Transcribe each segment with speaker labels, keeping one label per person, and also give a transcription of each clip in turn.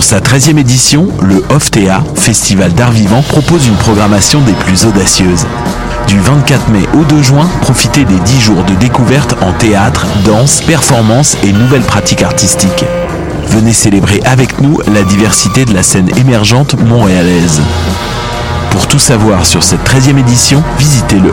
Speaker 1: sa 13e édition, le OFTEA, Festival d'art vivant, propose une programmation des plus audacieuses. Du 24 mai au 2 juin, profitez des 10 jours de découverte en théâtre, danse, performance et nouvelles pratiques artistiques. Venez célébrer avec nous la diversité de la scène émergente montréalaise. Pour tout savoir sur cette 13e édition, visitez le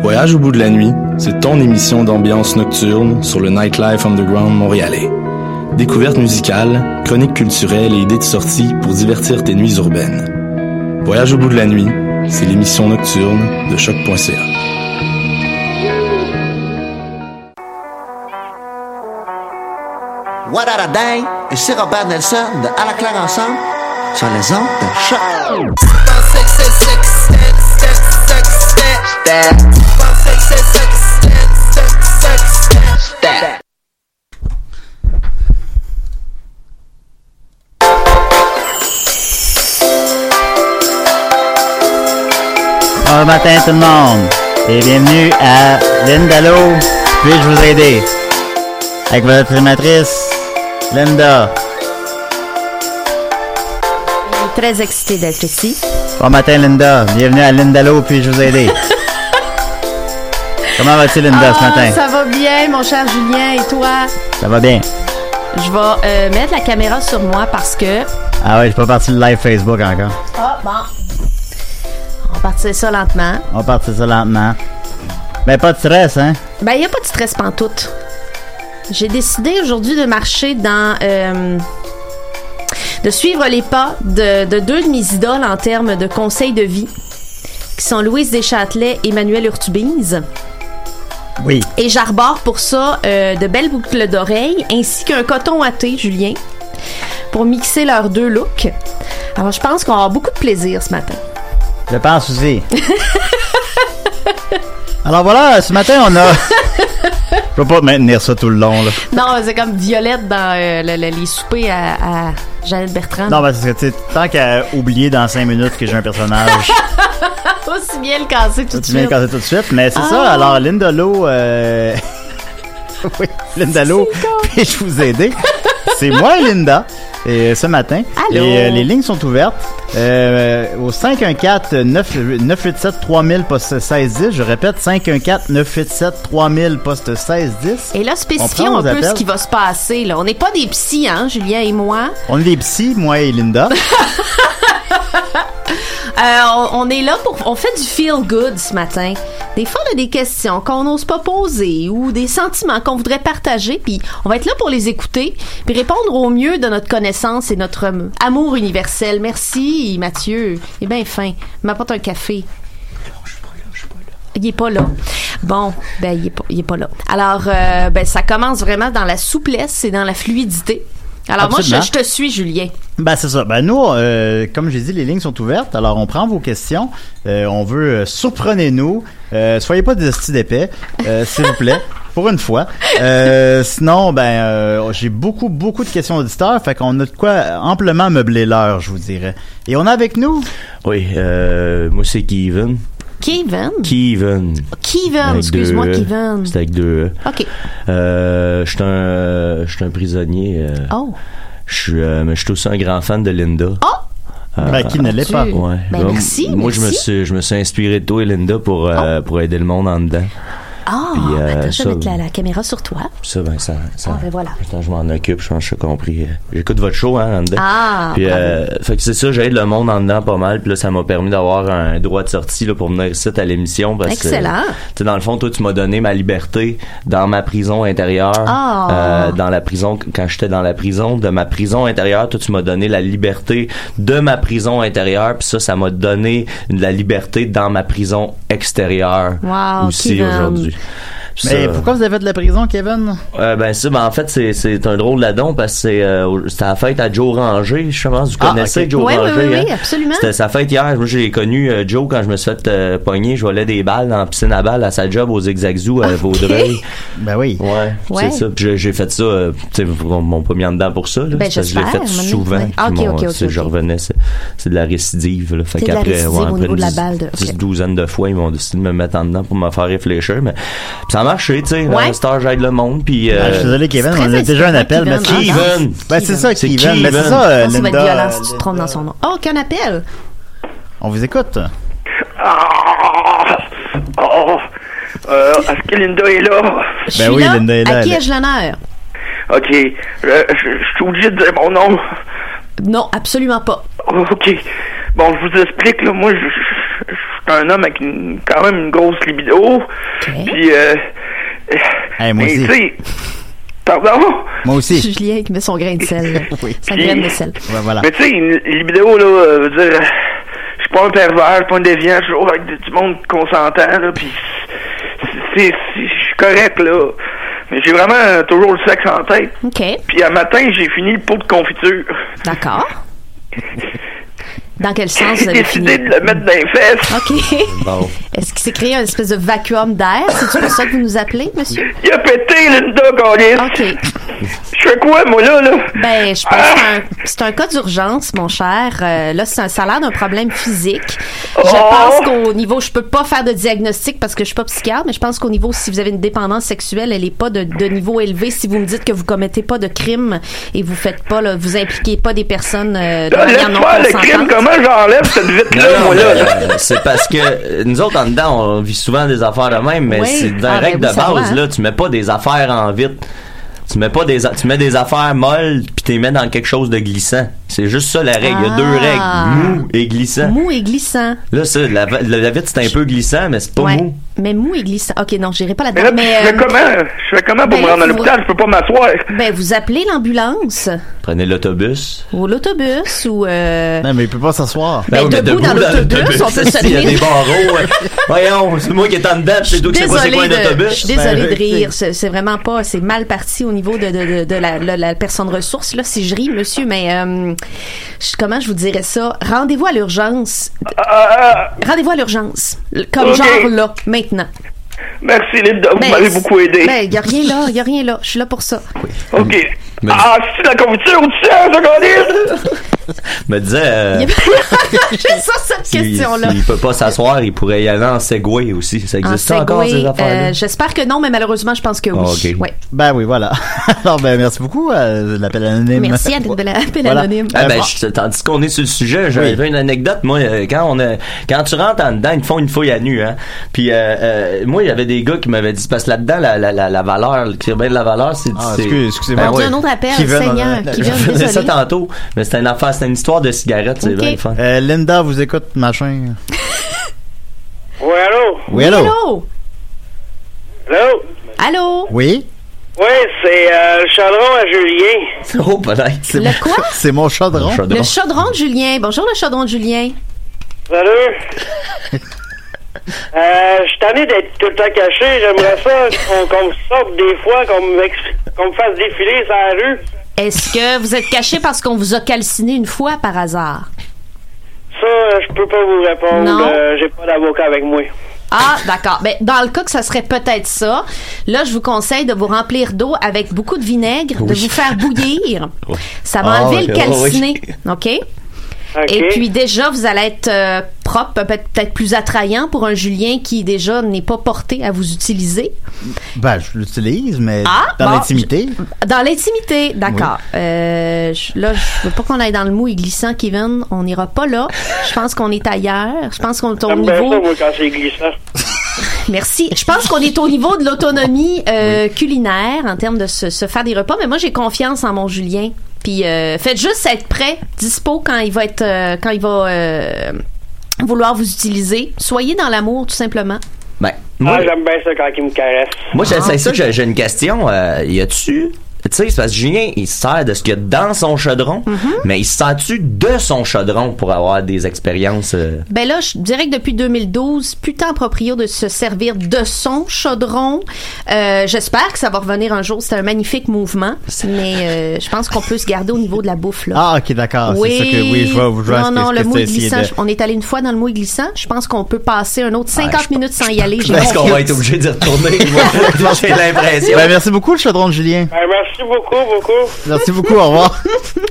Speaker 2: Voyage au bout de la nuit, c'est ton émission d'ambiance nocturne sur le Nightlife Underground montréalais. Découvertes musicales, chroniques culturelles et idées de sortie pour divertir tes nuits urbaines. Voyage au bout de la nuit, c'est l'émission nocturne de choc.ca.
Speaker 3: What a day! Ici Robert Nelson de À la claire ensemble sur les ondes de choc.
Speaker 4: Bon matin tout le monde et bienvenue à Lindalo. Puis-je vous aider? Avec votre primatrice, Linda.
Speaker 5: Très excitée d'être ici.
Speaker 4: Bon matin Linda, bienvenue à Lindalo. Puis-je vous aider? Comment vas-tu Linda ce
Speaker 5: Ah,
Speaker 4: matin?
Speaker 5: Ça va bien, mon cher Julien, et toi?
Speaker 4: Ça va bien.
Speaker 5: Je vais euh, mettre la caméra sur moi parce que.
Speaker 4: Ah ouais, je suis pas parti de live Facebook encore.
Speaker 5: Ah, bon. On va partir ça lentement.
Speaker 4: On part de ça lentement. Ben pas de stress, hein?
Speaker 5: Ben, il n'y a pas de stress pantoute. J'ai décidé aujourd'hui de marcher dans. euh, de suivre les pas de, de deux de mes idoles en termes de conseils de vie, qui sont Louise Deschâtelet et Manuel Urtubise.
Speaker 4: Oui.
Speaker 5: Et j'arbore pour ça euh, de belles boucles d'oreilles ainsi qu'un coton à thé, Julien, pour mixer leurs deux looks. Alors, je pense qu'on aura beaucoup de plaisir ce matin.
Speaker 4: Je pense aussi. Alors voilà, ce matin on a. Je peux pas maintenir ça tout le long là.
Speaker 5: Non, c'est comme Violette dans euh, le- le- les soupers à, à Jeannette Bertrand.
Speaker 4: Non, parce que tu sais, tant qu'à oublier dans 5 minutes que j'ai un personnage,
Speaker 5: Aussi bien le casser tout de
Speaker 4: tu viens de
Speaker 5: suite.
Speaker 4: casser tout de suite. Mais c'est ça,
Speaker 5: Ah.
Speaker 4: alors Linda Lowe, euh... oui, Linda Lowe, puis-je vous aider? C'est moi, Linda. Et euh, ce matin,
Speaker 5: Allô?
Speaker 4: les, euh, les lignes sont ouvertes euh, au 514-987-3000 poste 1610. Je répète, 514-987-3000 poste 1610.
Speaker 5: Et là,
Speaker 4: On
Speaker 5: spécifions
Speaker 4: prend
Speaker 5: un
Speaker 4: nos
Speaker 5: peu
Speaker 4: appels.
Speaker 5: ce qui va se passer. Là. On n'est pas des psys, hein, Julien et moi.
Speaker 4: On est des psys, moi et Linda.
Speaker 5: Euh, on, on est là pour... On fait du feel good ce matin. Des fois, on a des questions qu'on n'ose pas poser ou des sentiments qu'on voudrait partager, puis on va être là pour les écouter puis répondre au mieux de notre connaissance et notre euh, amour universel. Merci, Mathieu. Il est bien fin. M'apporte un café. Il est pas là. Bon, ben il est pas, il est pas là. Alors, euh, ben ça commence vraiment dans la souplesse et dans la fluidité. Alors Ah, moi,
Speaker 4: Absolument.
Speaker 5: je- je te suis, Julien.
Speaker 4: Ben c'est ça. Ben nous, euh, comme j'ai dit, les lignes sont ouvertes. Alors on prend vos questions. Euh, on veut euh, surprenez-nous. Euh, soyez pas des hosties d'épais, euh, s'il vous plaît. Pour une fois. Euh, sinon, ben euh, j'ai beaucoup beaucoup de questions auditeurs. Fait qu'on a de quoi amplement meubler l'heure, je vous dirais. Et on a avec nous.
Speaker 6: Oui, euh, moi c'est Kevin.
Speaker 5: Kevin?
Speaker 6: Kevin.
Speaker 5: Kevin,
Speaker 6: Avec
Speaker 5: Oh,
Speaker 6: deux
Speaker 5: excuse-moi,
Speaker 6: E.
Speaker 5: Kevin.
Speaker 6: C'est avec deux E.
Speaker 5: OK.
Speaker 6: Euh, je suis un, euh, je suis un prisonnier. euh,
Speaker 5: Oh.
Speaker 6: Je suis, euh, mais je suis aussi un grand fan de Linda.
Speaker 5: Oh!
Speaker 6: Euh,
Speaker 4: Ben, qui ne l'est pas.
Speaker 5: tu-
Speaker 6: Ouais.
Speaker 5: Ben,
Speaker 6: Là,
Speaker 5: merci,
Speaker 6: Moi, je me
Speaker 5: merci. Oh.
Speaker 6: suis, je me suis inspiré de toi et Linda pour, euh, pour aider le monde en dedans.
Speaker 5: Ah,
Speaker 6: Puis, euh,
Speaker 5: attends, je
Speaker 6: ça-
Speaker 5: vais mettre la, la caméra sur toi.
Speaker 6: Puis ça, ben, ça, ça.
Speaker 5: Ah, ben voilà.
Speaker 6: Attends, je m'en occupe, je pense que j'ai compris. Euh, J'écoute votre show, hein, en dedans.
Speaker 5: Ah,
Speaker 6: Puis,
Speaker 5: bravo.
Speaker 6: euh, fait que c'est ça, j'aide le monde en dedans pas mal. Puis là, ça m'a permis d'avoir un droit de sortie là, pour venir ici à l'émission. parce que,
Speaker 5: Excellent.
Speaker 6: Tu sais, dans le fond, toi, tu m'as donné ma liberté dans ma prison intérieure.
Speaker 5: Ah.
Speaker 6: Euh, dans la prison, quand j'étais dans la prison, de ma prison intérieure, toi, tu m'as donné la liberté de ma prison intérieure. Puis ça, ça m'a donné la liberté dans ma prison extérieure
Speaker 5: Wow,
Speaker 6: aussi
Speaker 5: Kevin.
Speaker 6: aujourd'hui.
Speaker 4: Mais
Speaker 6: Ça-
Speaker 4: pourquoi vous avez fait de la prison, Kevin?
Speaker 6: euh, ben ça, ben en fait c'est c'est un drôle d'adon parce que c'est euh, c'était la fête à Joe Ranger, je pense vous
Speaker 4: Ah,
Speaker 6: connaissez
Speaker 4: ok.
Speaker 6: Joe
Speaker 5: Oui, oui,
Speaker 6: Ranger.
Speaker 5: oui, oui,
Speaker 6: hein?
Speaker 5: absolument.
Speaker 6: C'était sa fête hier, moi j'ai connu euh, Joe quand je me suis fait euh, pogner, je volais des balles dans la piscine à balles à sa job aux Zigzagzou à euh, Vaudreuil.
Speaker 4: Ben oui.
Speaker 6: Ouais,
Speaker 5: Ah, Ouais.
Speaker 6: c'est ça. Puis J'ai j'ai fait ça, euh, tu sais, on m'a pas mis en dedans pour ça là,
Speaker 5: Ben,
Speaker 6: c'est parce que je l'ai
Speaker 5: j'espère,
Speaker 6: fait
Speaker 5: à un moment donné.
Speaker 6: souvent.
Speaker 5: Ouais.
Speaker 6: puis
Speaker 5: Ah, ok,
Speaker 6: mon-
Speaker 5: ok, ok,
Speaker 6: c'est- Je
Speaker 5: ok.
Speaker 6: revenais, c'est c'est de la récidive là, fait
Speaker 5: C'est de la
Speaker 6: qu'après
Speaker 5: récidive au
Speaker 6: après
Speaker 5: niveau
Speaker 6: une
Speaker 5: de la
Speaker 6: dix-
Speaker 5: balle, de- ok.
Speaker 6: dix- douzaine de fois, ils m'ont décidé de me mettre en dedans pour me faire réfléchir, mais puis ça a marché, tu sais.
Speaker 5: Ouais.
Speaker 6: À cette heure, j'aide le monde, puis.
Speaker 4: Ah, je suis
Speaker 6: euh,
Speaker 4: désolé, Kevin,
Speaker 5: c'est
Speaker 4: on
Speaker 5: très
Speaker 4: a déjà un
Speaker 5: inspirant,
Speaker 4: appel.
Speaker 5: Kevin.
Speaker 4: mais-
Speaker 5: Ah,
Speaker 6: Kevin!
Speaker 4: Ben, c'est ça,
Speaker 6: C'est
Speaker 4: Kevin. Ben, c'est
Speaker 5: Je
Speaker 4: ça, euh,
Speaker 6: Kevin.
Speaker 5: pense que ça va être
Speaker 4: Linda.
Speaker 5: violent si tu te trompes dans son nom. Oh, qu'un appel!
Speaker 4: On vous écoute.
Speaker 7: Oh, euh, est-ce que Linda est là?
Speaker 5: Je
Speaker 4: Ben
Speaker 5: suis
Speaker 4: oui,
Speaker 5: là.
Speaker 4: Linda est là,
Speaker 5: À qui
Speaker 4: elle-
Speaker 5: ai-je l'honneur?
Speaker 7: Ok, je, je- je suis obligé de dire mon nom.
Speaker 5: Non, absolument pas.
Speaker 7: Oh, Ok, bon, je vous explique, là, moi, je, je- je suis un homme avec une- quand même une grosse libido. Puis, euh.
Speaker 4: Hey,
Speaker 7: mais,
Speaker 4: moi aussi.
Speaker 7: tu sais- Pardon?
Speaker 4: Moi aussi.
Speaker 5: Julien qui met son grain de sel.
Speaker 4: Oui.
Speaker 5: Sa graine de sel.
Speaker 4: Ouais, Ben, voilà.
Speaker 7: Mais tu sais, une libido, là, euh, veut dire, euh, je suis pas un pervers, je suis pas un déviant, je suis toujours avec du du monde consentant, là, puis c'est, c'est- c'est- je suis correct, là. Mais j'ai vraiment euh, toujours le sexe en tête.
Speaker 5: OK,
Speaker 7: Puis un matin, j'ai fini le pot de confiture.
Speaker 5: d'accord. Dans quel sens
Speaker 7: J'ai
Speaker 5: vous avez
Speaker 7: décidé
Speaker 5: fini?
Speaker 7: de le mettre dans les fesses.
Speaker 5: OK.
Speaker 6: Bon.
Speaker 5: Est-ce qu'il s'est créé un espèce de vacuum d'air? C'est pour ça que vous nous appelez, monsieur?
Speaker 7: Il a pété, Linda, Gaulis.
Speaker 5: OK.
Speaker 7: Je fais quoi, moi, là, Ah! là?
Speaker 5: Ben, je pense que c'est un- c'est un, cas d'urgence, mon cher. Euh, là, c'est un salaire d'un problème physique.
Speaker 7: Oh!
Speaker 5: Je pense qu'au niveau, je peux pas faire de diagnostic parce que je suis pas psychiatre, mais je pense qu'au niveau, si vous avez une dépendance sexuelle, elle est pas de, de niveau élevé. Si vous me dites que vous commettez pas de crime et vous faites pas, là, vous impliquez pas des personnes euh, de
Speaker 7: Là, laisse
Speaker 5: manière non
Speaker 7: faire le crime,
Speaker 5: consentante.
Speaker 7: comment j'enlève cette
Speaker 6: Non,
Speaker 7: vite-là,
Speaker 6: non,
Speaker 7: moi, là?
Speaker 6: mais, euh, c'est parce que euh, nous autres en dedans, on vit souvent des affaires de même, mais
Speaker 5: Oui.
Speaker 6: c'est dans
Speaker 5: Ah,
Speaker 6: la
Speaker 5: ben
Speaker 6: règle
Speaker 5: oui,
Speaker 6: de
Speaker 5: ça
Speaker 6: base,
Speaker 5: va.
Speaker 6: là, tu mets pas des affaires en vite. Tu mets pas des a- tu mets des affaires molles puis tu les mets dans quelque chose de glissant. C'est juste ça la règle. Il y a deux
Speaker 5: Ah.
Speaker 6: règles, mou et glissant.
Speaker 5: Mou et glissant.
Speaker 6: Là, ça, la, la, la vite c'est un peu glissant, mais c'est pas
Speaker 5: Ouais.
Speaker 6: mou.
Speaker 5: Mais mou et glissant. Ok, non, j'irai pas
Speaker 7: Mais là,
Speaker 5: là-dedans.
Speaker 7: puis,
Speaker 5: Mais,
Speaker 7: je fais
Speaker 5: euh,
Speaker 7: comment? Je fais comment pour
Speaker 5: ben,
Speaker 7: me rendre à
Speaker 5: vous-
Speaker 7: l'hôpital? Je peux pas m'asseoir.
Speaker 5: ben, vous appelez l'ambulance
Speaker 6: Prenez l'autobus.
Speaker 5: ou l'autobus ou. euh,
Speaker 4: Non, mais il peut pas s'asseoir.
Speaker 5: Ben,
Speaker 6: oui, mais
Speaker 5: debout dans l'autobus, on peut se
Speaker 6: Il y a
Speaker 5: tenir.
Speaker 6: des barreaux. ouais. Voyons, c'est moi qui est en dedans, puis c'est toi qui sais pas c'est quoi
Speaker 5: Désolée
Speaker 6: un
Speaker 5: de- Je
Speaker 6: autobus.
Speaker 5: suis désolée
Speaker 4: Ben,
Speaker 5: de rire. C'est c'est vraiment pas. C'est mal parti au niveau de, de, de, de la, la- la personne ressource. Là, si je ris, monsieur, mais euh, je- comment je vous dirais ça? Rendez-vous à l'urgence.
Speaker 7: Ah, ah,
Speaker 5: Rendez-vous à l'urgence. Le- Comme
Speaker 7: Ok.
Speaker 5: genre là, maintenant.
Speaker 7: merci, Linda, vous
Speaker 5: Ben,
Speaker 7: m'avez
Speaker 5: c'est-
Speaker 7: beaucoup aidé.
Speaker 5: Ben, y a rien là, y a rien là. Je suis là pour ça.
Speaker 6: Euh.
Speaker 7: OK. Ah, c'est la confiture ou tu sais, Gaulis?
Speaker 6: me disait euh,
Speaker 5: C'est ça, cette
Speaker 6: s'il-
Speaker 5: question-là.
Speaker 6: s'il peut pas s'asseoir, il pourrait y aller en Segway aussi. Ça
Speaker 5: En
Speaker 6: existe encore
Speaker 5: Segway,
Speaker 6: ces affaires-là
Speaker 5: euh, J'espère que non, mais malheureusement, je pense que oui.
Speaker 6: Ah, ok.
Speaker 5: Ouais.
Speaker 4: Ben oui, voilà. Alors, ben, merci beaucoup, euh, de l'appel anonyme.
Speaker 5: Merci à l'appel
Speaker 4: Voilà.
Speaker 5: anonyme.
Speaker 6: Ah ben,
Speaker 4: Euh,
Speaker 6: je- tandis qu'on est sur le sujet, j'avais une anecdote. Moi, euh, quand on a, quand tu rentres en dedans, ils te font une fouille à nu, hein. Puis euh, euh, moi, il y avait des gars qui m'avaient dit parce que là-dedans, la, la, la, la valeur, qui est bien de la valeur, c'est.
Speaker 4: Ah,
Speaker 6: c'est-
Speaker 4: excuse- excusez-moi.
Speaker 6: Ben
Speaker 5: On
Speaker 6: ouais.
Speaker 5: a un autre appel,
Speaker 4: Qui veut,
Speaker 5: Seigneur,
Speaker 4: madame?
Speaker 5: qui
Speaker 6: Je
Speaker 5: vient,
Speaker 6: faisais ça
Speaker 5: désolé.
Speaker 6: tantôt, mais c'était une affaire, c'était une histoire de cigarette, c'est
Speaker 5: Ok.
Speaker 6: bien le fun.
Speaker 4: Euh, Linda vous écoute, machin.
Speaker 7: Oui, allô?
Speaker 4: Oui, allô?
Speaker 5: Allô?
Speaker 7: Allô?
Speaker 5: Allô?
Speaker 4: Oui?
Speaker 7: Oui, c'est Chandron à Julien.
Speaker 6: Oh, peut-être.
Speaker 4: C'est
Speaker 5: Le
Speaker 4: mon-
Speaker 5: quoi?
Speaker 4: C'est mon chaudron.
Speaker 5: Le chaudron de Julien. Bonjour, le chaudron de Julien.
Speaker 7: Salut! Euh, je suis tanné d'être tout le temps caché. J'aimerais ça qu'on qu'on me sorte des fois, qu'on me, ex- qu'on me fasse défiler sur la rue.
Speaker 5: Est-ce que vous êtes caché parce qu'on vous a calciné une fois par hasard?
Speaker 7: Ça, euh, je peux pas vous répondre.
Speaker 5: Non.
Speaker 7: Euh, J'ai pas d'avocat avec moi.
Speaker 5: Ah, d'accord. Ben, dans le cas que ça serait peut-être ça, là, je vous conseille de vous remplir d'eau avec beaucoup de vinaigre, de vous faire bouillir. Ça va
Speaker 6: Ah,
Speaker 5: enlever le
Speaker 6: oui, oui.
Speaker 5: calciné. OK?
Speaker 7: Ok.
Speaker 5: Et puis déjà, vous allez être euh, propre, peut- peut-être plus attrayant pour un Julien qui déjà n'est pas porté à vous utiliser.
Speaker 4: Ben, je l'utilise, mais
Speaker 5: Ah,
Speaker 4: dans
Speaker 5: bon,
Speaker 4: l'intimité.
Speaker 5: Dans l'intimité, d'accord. Euh, je- là, je veux pas qu'on aille dans le mouille glissant, Kevin. On n'ira pas là. Je pense qu'on est ailleurs. Je pense qu'on est au
Speaker 7: J'aime bien
Speaker 5: niveau.
Speaker 7: Ah, ben, ça, moi, quand c'est glissant.
Speaker 5: Merci. Je pense qu'on est au niveau de l'autonomie euh, culinaire en termes de se, se faire des repas, mais moi j'ai confiance en mon Julien. Puis euh, faites juste être prêt, dispo quand il va être, euh, quand il va euh, vouloir vous utiliser. Soyez dans l'amour tout simplement.
Speaker 6: Ben, moi,
Speaker 7: Ah, j'aime bien ça quand il me caresse.
Speaker 6: moi j'essaie ça, j'ai j'ai une question. euh, y a-tu. Tu sais, c'est parce que Julien, il se sert de ce qu'il y a dans son chaudron, mais il se sert-tu de son chaudron pour avoir des expériences. euh,
Speaker 5: Ben là, je dirais que depuis 2012, putain proprio de se servir de son chaudron. Euh, J'espère que ça va revenir un jour. C'est un magnifique mouvement, mais euh, je pense qu'on peut se garder au niveau de la bouffe là.
Speaker 4: Ah, ok, d'accord. C'est ça que oui, je vois, je vois
Speaker 5: non,
Speaker 4: ce que-
Speaker 5: non,
Speaker 4: ce
Speaker 5: le
Speaker 4: que
Speaker 5: mouille
Speaker 4: t'as essayé
Speaker 5: glissant.
Speaker 4: de- Ah,
Speaker 5: je- On est allé une fois dans le mouille glissant. Je pense qu'on peut passer un autre 50
Speaker 6: Ouais, je-
Speaker 5: minutes sans y aller. J'ai
Speaker 6: Est-ce qu'on
Speaker 5: confiance.
Speaker 6: va être obligé d'y retourner? Moi, J'ai l'impression.
Speaker 4: Ben, merci beaucoup, le chaudron de Julien.
Speaker 7: Ben, merci beaucoup, beaucoup.
Speaker 4: Merci beaucoup, au revoir.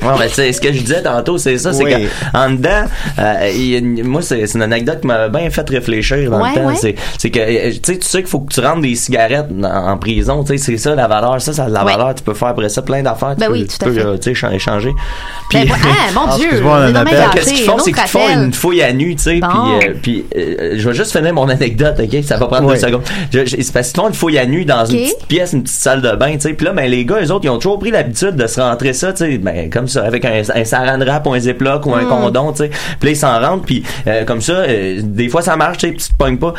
Speaker 6: Ouais, mais c'est ce que je disais tantôt, c'est ça, c'est
Speaker 4: Oui.
Speaker 6: qu'en dedans, euh, il y a une- moi c'est c'est une anecdote qui m'avait bien fait réfléchir dans
Speaker 5: Ouais,
Speaker 6: le temps.
Speaker 5: ouais.
Speaker 6: C'est c'est que euh, tu sais, tu sais qu'il faut que tu rentres des cigarettes en, en prison, tu sais, c'est ça la valeur, ça, ça a de la
Speaker 5: Ouais.
Speaker 6: valeur. Tu peux faire après ça plein d'affaires, tu
Speaker 5: Ben
Speaker 6: peux,
Speaker 5: oui,
Speaker 6: tu
Speaker 5: tout à
Speaker 6: peux,
Speaker 5: fait.
Speaker 6: euh, tu sais, chan- échanger. Puis Euh,
Speaker 5: Ben, ah, mon Dieu,
Speaker 4: excuse-moi, on a
Speaker 5: on est
Speaker 4: un
Speaker 5: dans ma
Speaker 4: appel.
Speaker 5: gâtée,
Speaker 6: Qu'est-ce qu'ils
Speaker 5: un
Speaker 6: font,
Speaker 5: autre
Speaker 6: c'est qu'ils font
Speaker 5: appel.
Speaker 6: une fouille à nu, tu sais,
Speaker 5: Bon.
Speaker 6: puis, euh, puis euh, je vais juste finir mon anecdote, ok, ça va prendre
Speaker 4: Oui.
Speaker 6: deux secondes. Je, je- c'est parce qu'ils font une fouille à nu dans
Speaker 5: Ok.
Speaker 6: une petite pièce, une petite salle de bain, tu sais, puis là, ben les gars, eux autres, ils ont toujours pris l'habitude de se rentrer ça, tu sais, ben comme ça, avec un, un saran wrap ou un ziploc ou un
Speaker 5: Hmm.
Speaker 6: condom, tu sais, puis là, ils s'en rentrent, puis euh, comme ça, euh, des fois ça marche, tu sais, puis tu te pognes pas.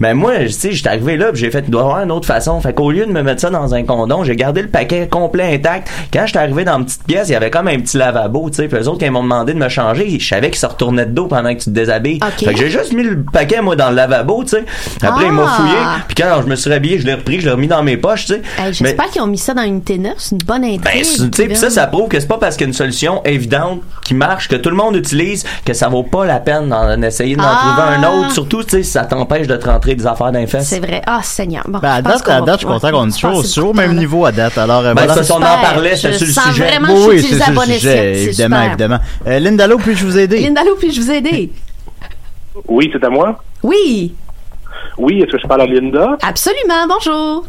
Speaker 6: Mais moi, tu sais, j'étais arrivé là, puis j'ai fait, il doit y avoir une autre façon. Fait qu'au lieu de me mettre ça dans un condom, j'ai gardé le paquet complet intact. Quand j'étais arrivé dans une petite pièce, il y avait comme un petit lavabo, tu sais, puis eux autres, quand ils m'ont demandé de me changer, je savais qu'ils se retournaient de dos pendant que tu te déshabilles.
Speaker 5: Ok.
Speaker 6: Fait que j'ai juste mis le paquet, moi, dans le lavabo, tu sais. Après, ils m'ont
Speaker 5: Ah.
Speaker 6: fouillé, puis quand je me suis rhabillé, je l'ai repris, je l'ai remis dans mes poches, tu sais.
Speaker 5: Hey,
Speaker 6: Mais-
Speaker 5: J'espère qu'ils ont mis ça dans une T9. C'est une bonne intrigue.
Speaker 6: ben, c'est- tu sais, pis ça, ça prouve que c'est pas parce qu'il y a une solution évidente qui marche, que tout le monde utilise, que ça vaut pas la peine d'en essayer d'en
Speaker 5: Ah.
Speaker 6: trouver un autre. Surtout, tu sais, si ça t'empêche de te rentrer des affaires
Speaker 5: C'est
Speaker 6: d'infest.
Speaker 5: vrai. Ah, Seigneur. Bon,
Speaker 4: Ben, à
Speaker 5: je pense
Speaker 4: date,
Speaker 5: qu'on
Speaker 4: à
Speaker 5: va-
Speaker 4: date, je suis
Speaker 5: ouais,
Speaker 4: content qu'on
Speaker 5: on
Speaker 4: est
Speaker 5: va passer
Speaker 4: toujours sur
Speaker 5: beaucoup
Speaker 4: au
Speaker 5: de
Speaker 4: même
Speaker 5: temps, là.
Speaker 4: niveau à date. Alors, euh,
Speaker 6: Ben,
Speaker 4: voilà.
Speaker 6: ça, on en
Speaker 5: Super.
Speaker 6: parlait, c'était
Speaker 5: Je
Speaker 6: sur le
Speaker 5: sens
Speaker 6: sujet.
Speaker 5: vraiment-
Speaker 4: Oui,
Speaker 5: je
Speaker 4: oui,
Speaker 5: suis
Speaker 4: c'est
Speaker 5: utilisée à
Speaker 4: ça,
Speaker 5: bon
Speaker 4: le
Speaker 5: escient,
Speaker 4: sujet,
Speaker 5: c'est
Speaker 4: évidemment,
Speaker 5: super.
Speaker 4: évidemment. Euh, Linda Lowe, puis-je vous aider?
Speaker 5: Linda Lou, puis-je vous aider?
Speaker 7: Oui, c'est à moi.
Speaker 5: Oui,
Speaker 7: Oui, est-ce que je parle à Linda?
Speaker 5: absolument. Bonjour.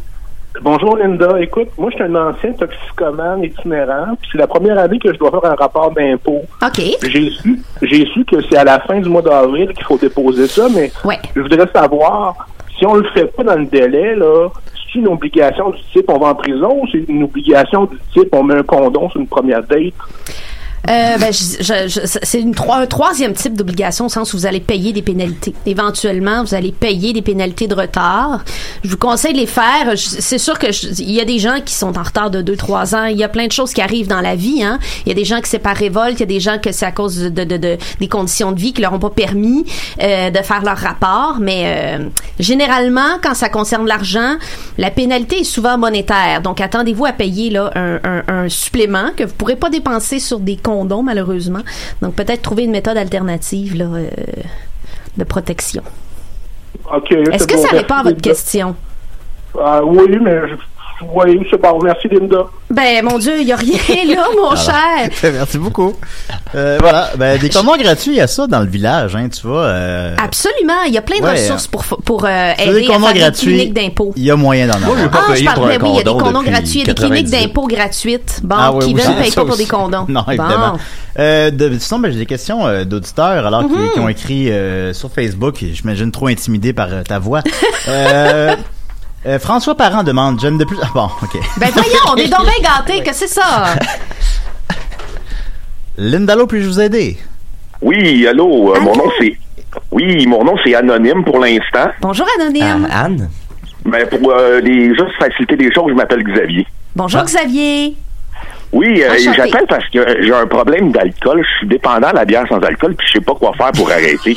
Speaker 7: Bonjour Linda, écoute, moi je suis un ancien toxicomane itinérant, puis c'est la première année que je dois faire un rapport d'impôt.
Speaker 5: OK.
Speaker 7: J'ai su, j'ai su que c'est à la fin du mois d'avril qu'il faut déposer ça, mais
Speaker 5: Ouais.
Speaker 7: je voudrais savoir si on le fait pas dans le délai, là, c'est une obligation du type on va en prison ou c'est une obligation du type on met un condom sur une première date?
Speaker 5: Euh, ben, je- je- je- c'est une trois- un troisième type d'obligation au sens où vous allez payer des pénalités. Éventuellement, vous allez payer des pénalités de retard. Je vous conseille de les faire. Je- C'est sûr que je- il y a des gens qui sont en retard de 2-3 ans. Il y a plein de choses qui arrivent dans la vie. hein. Il y a des gens que c'est par révolte. Il y a des gens que c'est à cause de, de- de- des conditions de vie qui leur ont pas permis euh, de faire leur rapport. Mais euh, généralement, quand ça concerne l'argent, la pénalité est souvent monétaire. Donc, attendez-vous à payer là, un, un- un supplément que vous pourrez pas dépenser sur des condoms, malheureusement. Donc, peut-être trouver une méthode alternative là, euh, de protection.
Speaker 7: Ok.
Speaker 5: Est-ce
Speaker 7: c'est
Speaker 5: que
Speaker 7: bon,
Speaker 5: ça
Speaker 7: merci,
Speaker 5: répond à votre
Speaker 7: Linda.
Speaker 5: question?
Speaker 7: Ah, oui, mais je, oui, c'est bon, merci Linda.
Speaker 5: Ben, mon Dieu, il y a rien là, mon cher.
Speaker 4: Merci beaucoup. Euh, voilà, ben, des condoms gratuits, il y a ça dans le village, hein, tu vois. euh,
Speaker 5: Absolument, il y a plein de
Speaker 4: Ouais. hein.
Speaker 5: ressources pour, pour euh,
Speaker 4: tu veux
Speaker 5: aider à
Speaker 4: des condoms
Speaker 5: faire des
Speaker 4: gratuits,
Speaker 5: cliniques d'impôts.
Speaker 4: il y a moyen d'en avoir.
Speaker 6: j'ai
Speaker 5: Ah, je
Speaker 6: pour
Speaker 5: parlais, oui, il y a des condoms
Speaker 6: depuis
Speaker 5: gratuits, il y a des cliniques
Speaker 6: 98.
Speaker 5: d'impôts gratuites. Bon,
Speaker 4: Ah oui,
Speaker 5: qui
Speaker 4: oui,
Speaker 5: veulent
Speaker 4: ça,
Speaker 5: payer
Speaker 4: ça
Speaker 5: pas pour
Speaker 4: aussi.
Speaker 5: des condoms.
Speaker 4: Non,
Speaker 5: Bon.
Speaker 4: évidemment. Euh, de, sinon, ben, j'ai des questions euh, d'auditeurs, alors
Speaker 5: Mm-hmm.
Speaker 4: qui, qui ont écrit euh, sur Facebook, et j'imagine trop intimidés par euh, ta voix. Euh, euh, François Parent demande, j'aime de plus... Ah bon, ok.
Speaker 5: Ben voyons, on est donc bien gâtés, que c'est ça?
Speaker 4: Linda Lowe, puis-je vous aider?
Speaker 8: Oui, allô, euh,
Speaker 5: Allô?
Speaker 8: mon nom c'est. Oui, mon nom c'est anonyme pour l'instant.
Speaker 5: Bonjour
Speaker 6: Ah,
Speaker 5: Anonyme.
Speaker 6: Anne?
Speaker 8: Mais pour euh, les, juste faciliter les choses, je m'appelle Xavier.
Speaker 4: Ah.
Speaker 5: Bonjour Xavier.
Speaker 8: Oui, euh,
Speaker 5: Enchanté.
Speaker 8: j'appelle parce que euh, j'ai un problème d'alcool. Je suis dépendant à la bière sans alcool, puis je sais pas quoi faire pour arrêter.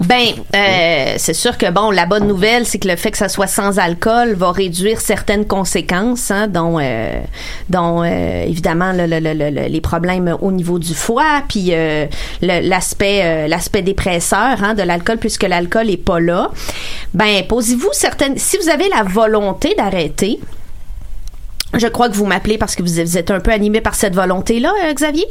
Speaker 5: Ben, euh, c'est sûr que bon, la bonne nouvelle, c'est que le fait que ça soit sans alcool va réduire certaines conséquences, hein, dont, euh, dont euh, évidemment le- le- le- le- les problèmes au niveau du foie, puis euh, le- l'aspect euh, l'aspect dépresseur hein, de l'alcool, puisque l'alcool est pas là. Ben, posez-vous certaines. Si vous avez la volonté d'arrêter. Je crois que vous m'appelez parce que vous vous êtes un peu animé par cette volonté-là, euh, Xavier.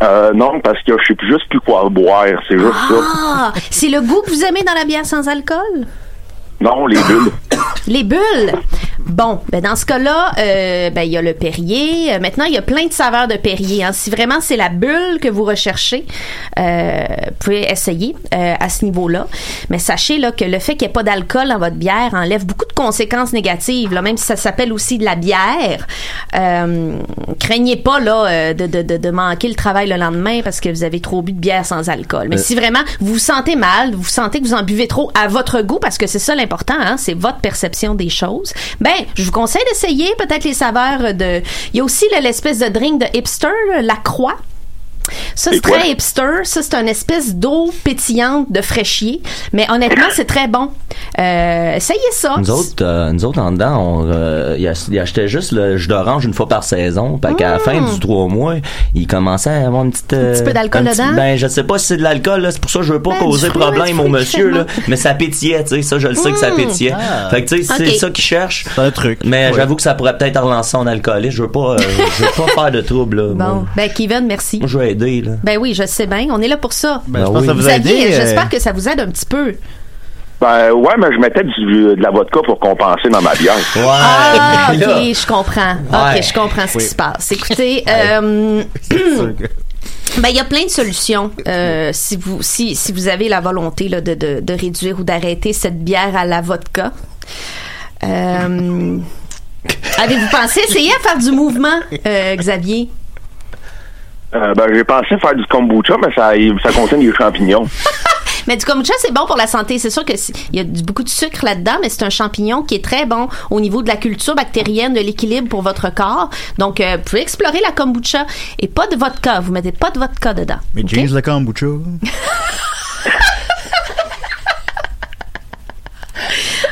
Speaker 8: Euh, non, parce que je sais plus juste plus quoi boire, c'est juste ça.
Speaker 5: Ah, c'est le goût que vous aimez dans la bière sans alcool?
Speaker 8: Non, les bulles.
Speaker 5: Les bulles. Bon, ben dans ce cas-là, euh, ben il y a le Perrier. Euh, Maintenant, il y a plein de saveurs de Perrier. hein. Si vraiment c'est la bulle que vous recherchez, euh, vous pouvez essayer euh, à ce niveau-là. Mais sachez là que le fait qu'il n'y ait pas d'alcool dans votre bière enlève beaucoup de conséquences négatives. Là, même si ça s'appelle aussi de la bière, euh, craignez pas là euh, de, de, de, de manquer le travail le lendemain parce que vous avez trop bu de bière sans alcool. Mais
Speaker 6: Euh.
Speaker 5: si vraiment vous vous sentez mal, vous sentez que vous en buvez trop à votre goût, parce que c'est ça l'important, hein, c'est votre perception des choses, ben, je vous conseille d'essayer peut-être les saveurs de... Il y a aussi là, l'espèce de drink de hipster, là, la croix. Ça, c'est
Speaker 8: C'est quoi?
Speaker 5: très hipster. Ça, c'est une espèce d'eau pétillante de fraîchier. Mais honnêtement, c'est très bon. Euh, essayez ça.
Speaker 6: Nous autres, euh, nous autres, en dedans, on, euh, ils ach- ils achetaient juste le jus d'orange une fois par saison. Fait qu'à la fin du trois mois, ils commençaient à avoir une petite, euh, un
Speaker 5: Ah! petit peu d'alcool
Speaker 6: petit-
Speaker 5: dedans?
Speaker 6: ben, je sais pas si c'est de l'alcool, là. C'est pour ça que je veux pas
Speaker 5: Ben, du
Speaker 6: causer
Speaker 5: fruit, du
Speaker 6: problème au
Speaker 5: fruit,
Speaker 6: monsieur, là.
Speaker 5: finalement.
Speaker 6: Mais ça pétillait, tu sais. Ça, je le sais que ça pétillait.
Speaker 4: Ah.
Speaker 6: Fait que, tu sais, c'est
Speaker 5: Ok.
Speaker 6: ça qu'ils cherchent.
Speaker 4: C'est un truc.
Speaker 6: Mais
Speaker 4: Ouais.
Speaker 6: j'avoue que ça pourrait peut-être relancer son alcoolisme. Je veux pas, euh, je veux pas faire de trouble, là.
Speaker 5: Bon,
Speaker 6: Moi,
Speaker 5: ben, Kevin, merci.
Speaker 6: Moi, je veux aider, là.
Speaker 5: Ben oui, je sais bien. On est là pour ça.
Speaker 4: Ben, je
Speaker 6: Ah
Speaker 4: pense que
Speaker 6: oui.
Speaker 4: ça vous
Speaker 5: Vous
Speaker 4: a
Speaker 5: aviez-
Speaker 4: aidé. euh,
Speaker 5: J'espère que ça vous aide un petit peu.
Speaker 8: Ben ouais, mais je mettais du, de la vodka pour compenser dans ma bière.
Speaker 6: Ouais.
Speaker 5: Ah, ok,
Speaker 4: ben
Speaker 6: Mais là,
Speaker 5: je comprends.
Speaker 6: Ouais.
Speaker 5: Ok, je comprends ce qui se passe. Écoutez, euh,
Speaker 4: c'est sûr que-
Speaker 5: ben il y a plein de solutions euh, si vous si si vous avez la volonté là, de, de de réduire ou d'arrêter cette bière à la vodka. Euh, Avez-vous pensé essayer à faire du mouvement, euh, Xavier?
Speaker 8: Euh, ben j'ai pensé faire du kombucha, mais ça, ça contient des champignons.
Speaker 5: Mais du kombucha, c'est bon pour la santé. C'est sûr que si- il y a du- beaucoup de sucre là-dedans, mais c'est un champignon qui est très bon au niveau de la culture bactérienne, de l'équilibre pour votre corps. Donc, euh, vous pouvez explorer la kombucha et pas de vodka. Vous mettez pas de vodka dedans.
Speaker 4: Mais
Speaker 5: OK?
Speaker 4: James le kombucha.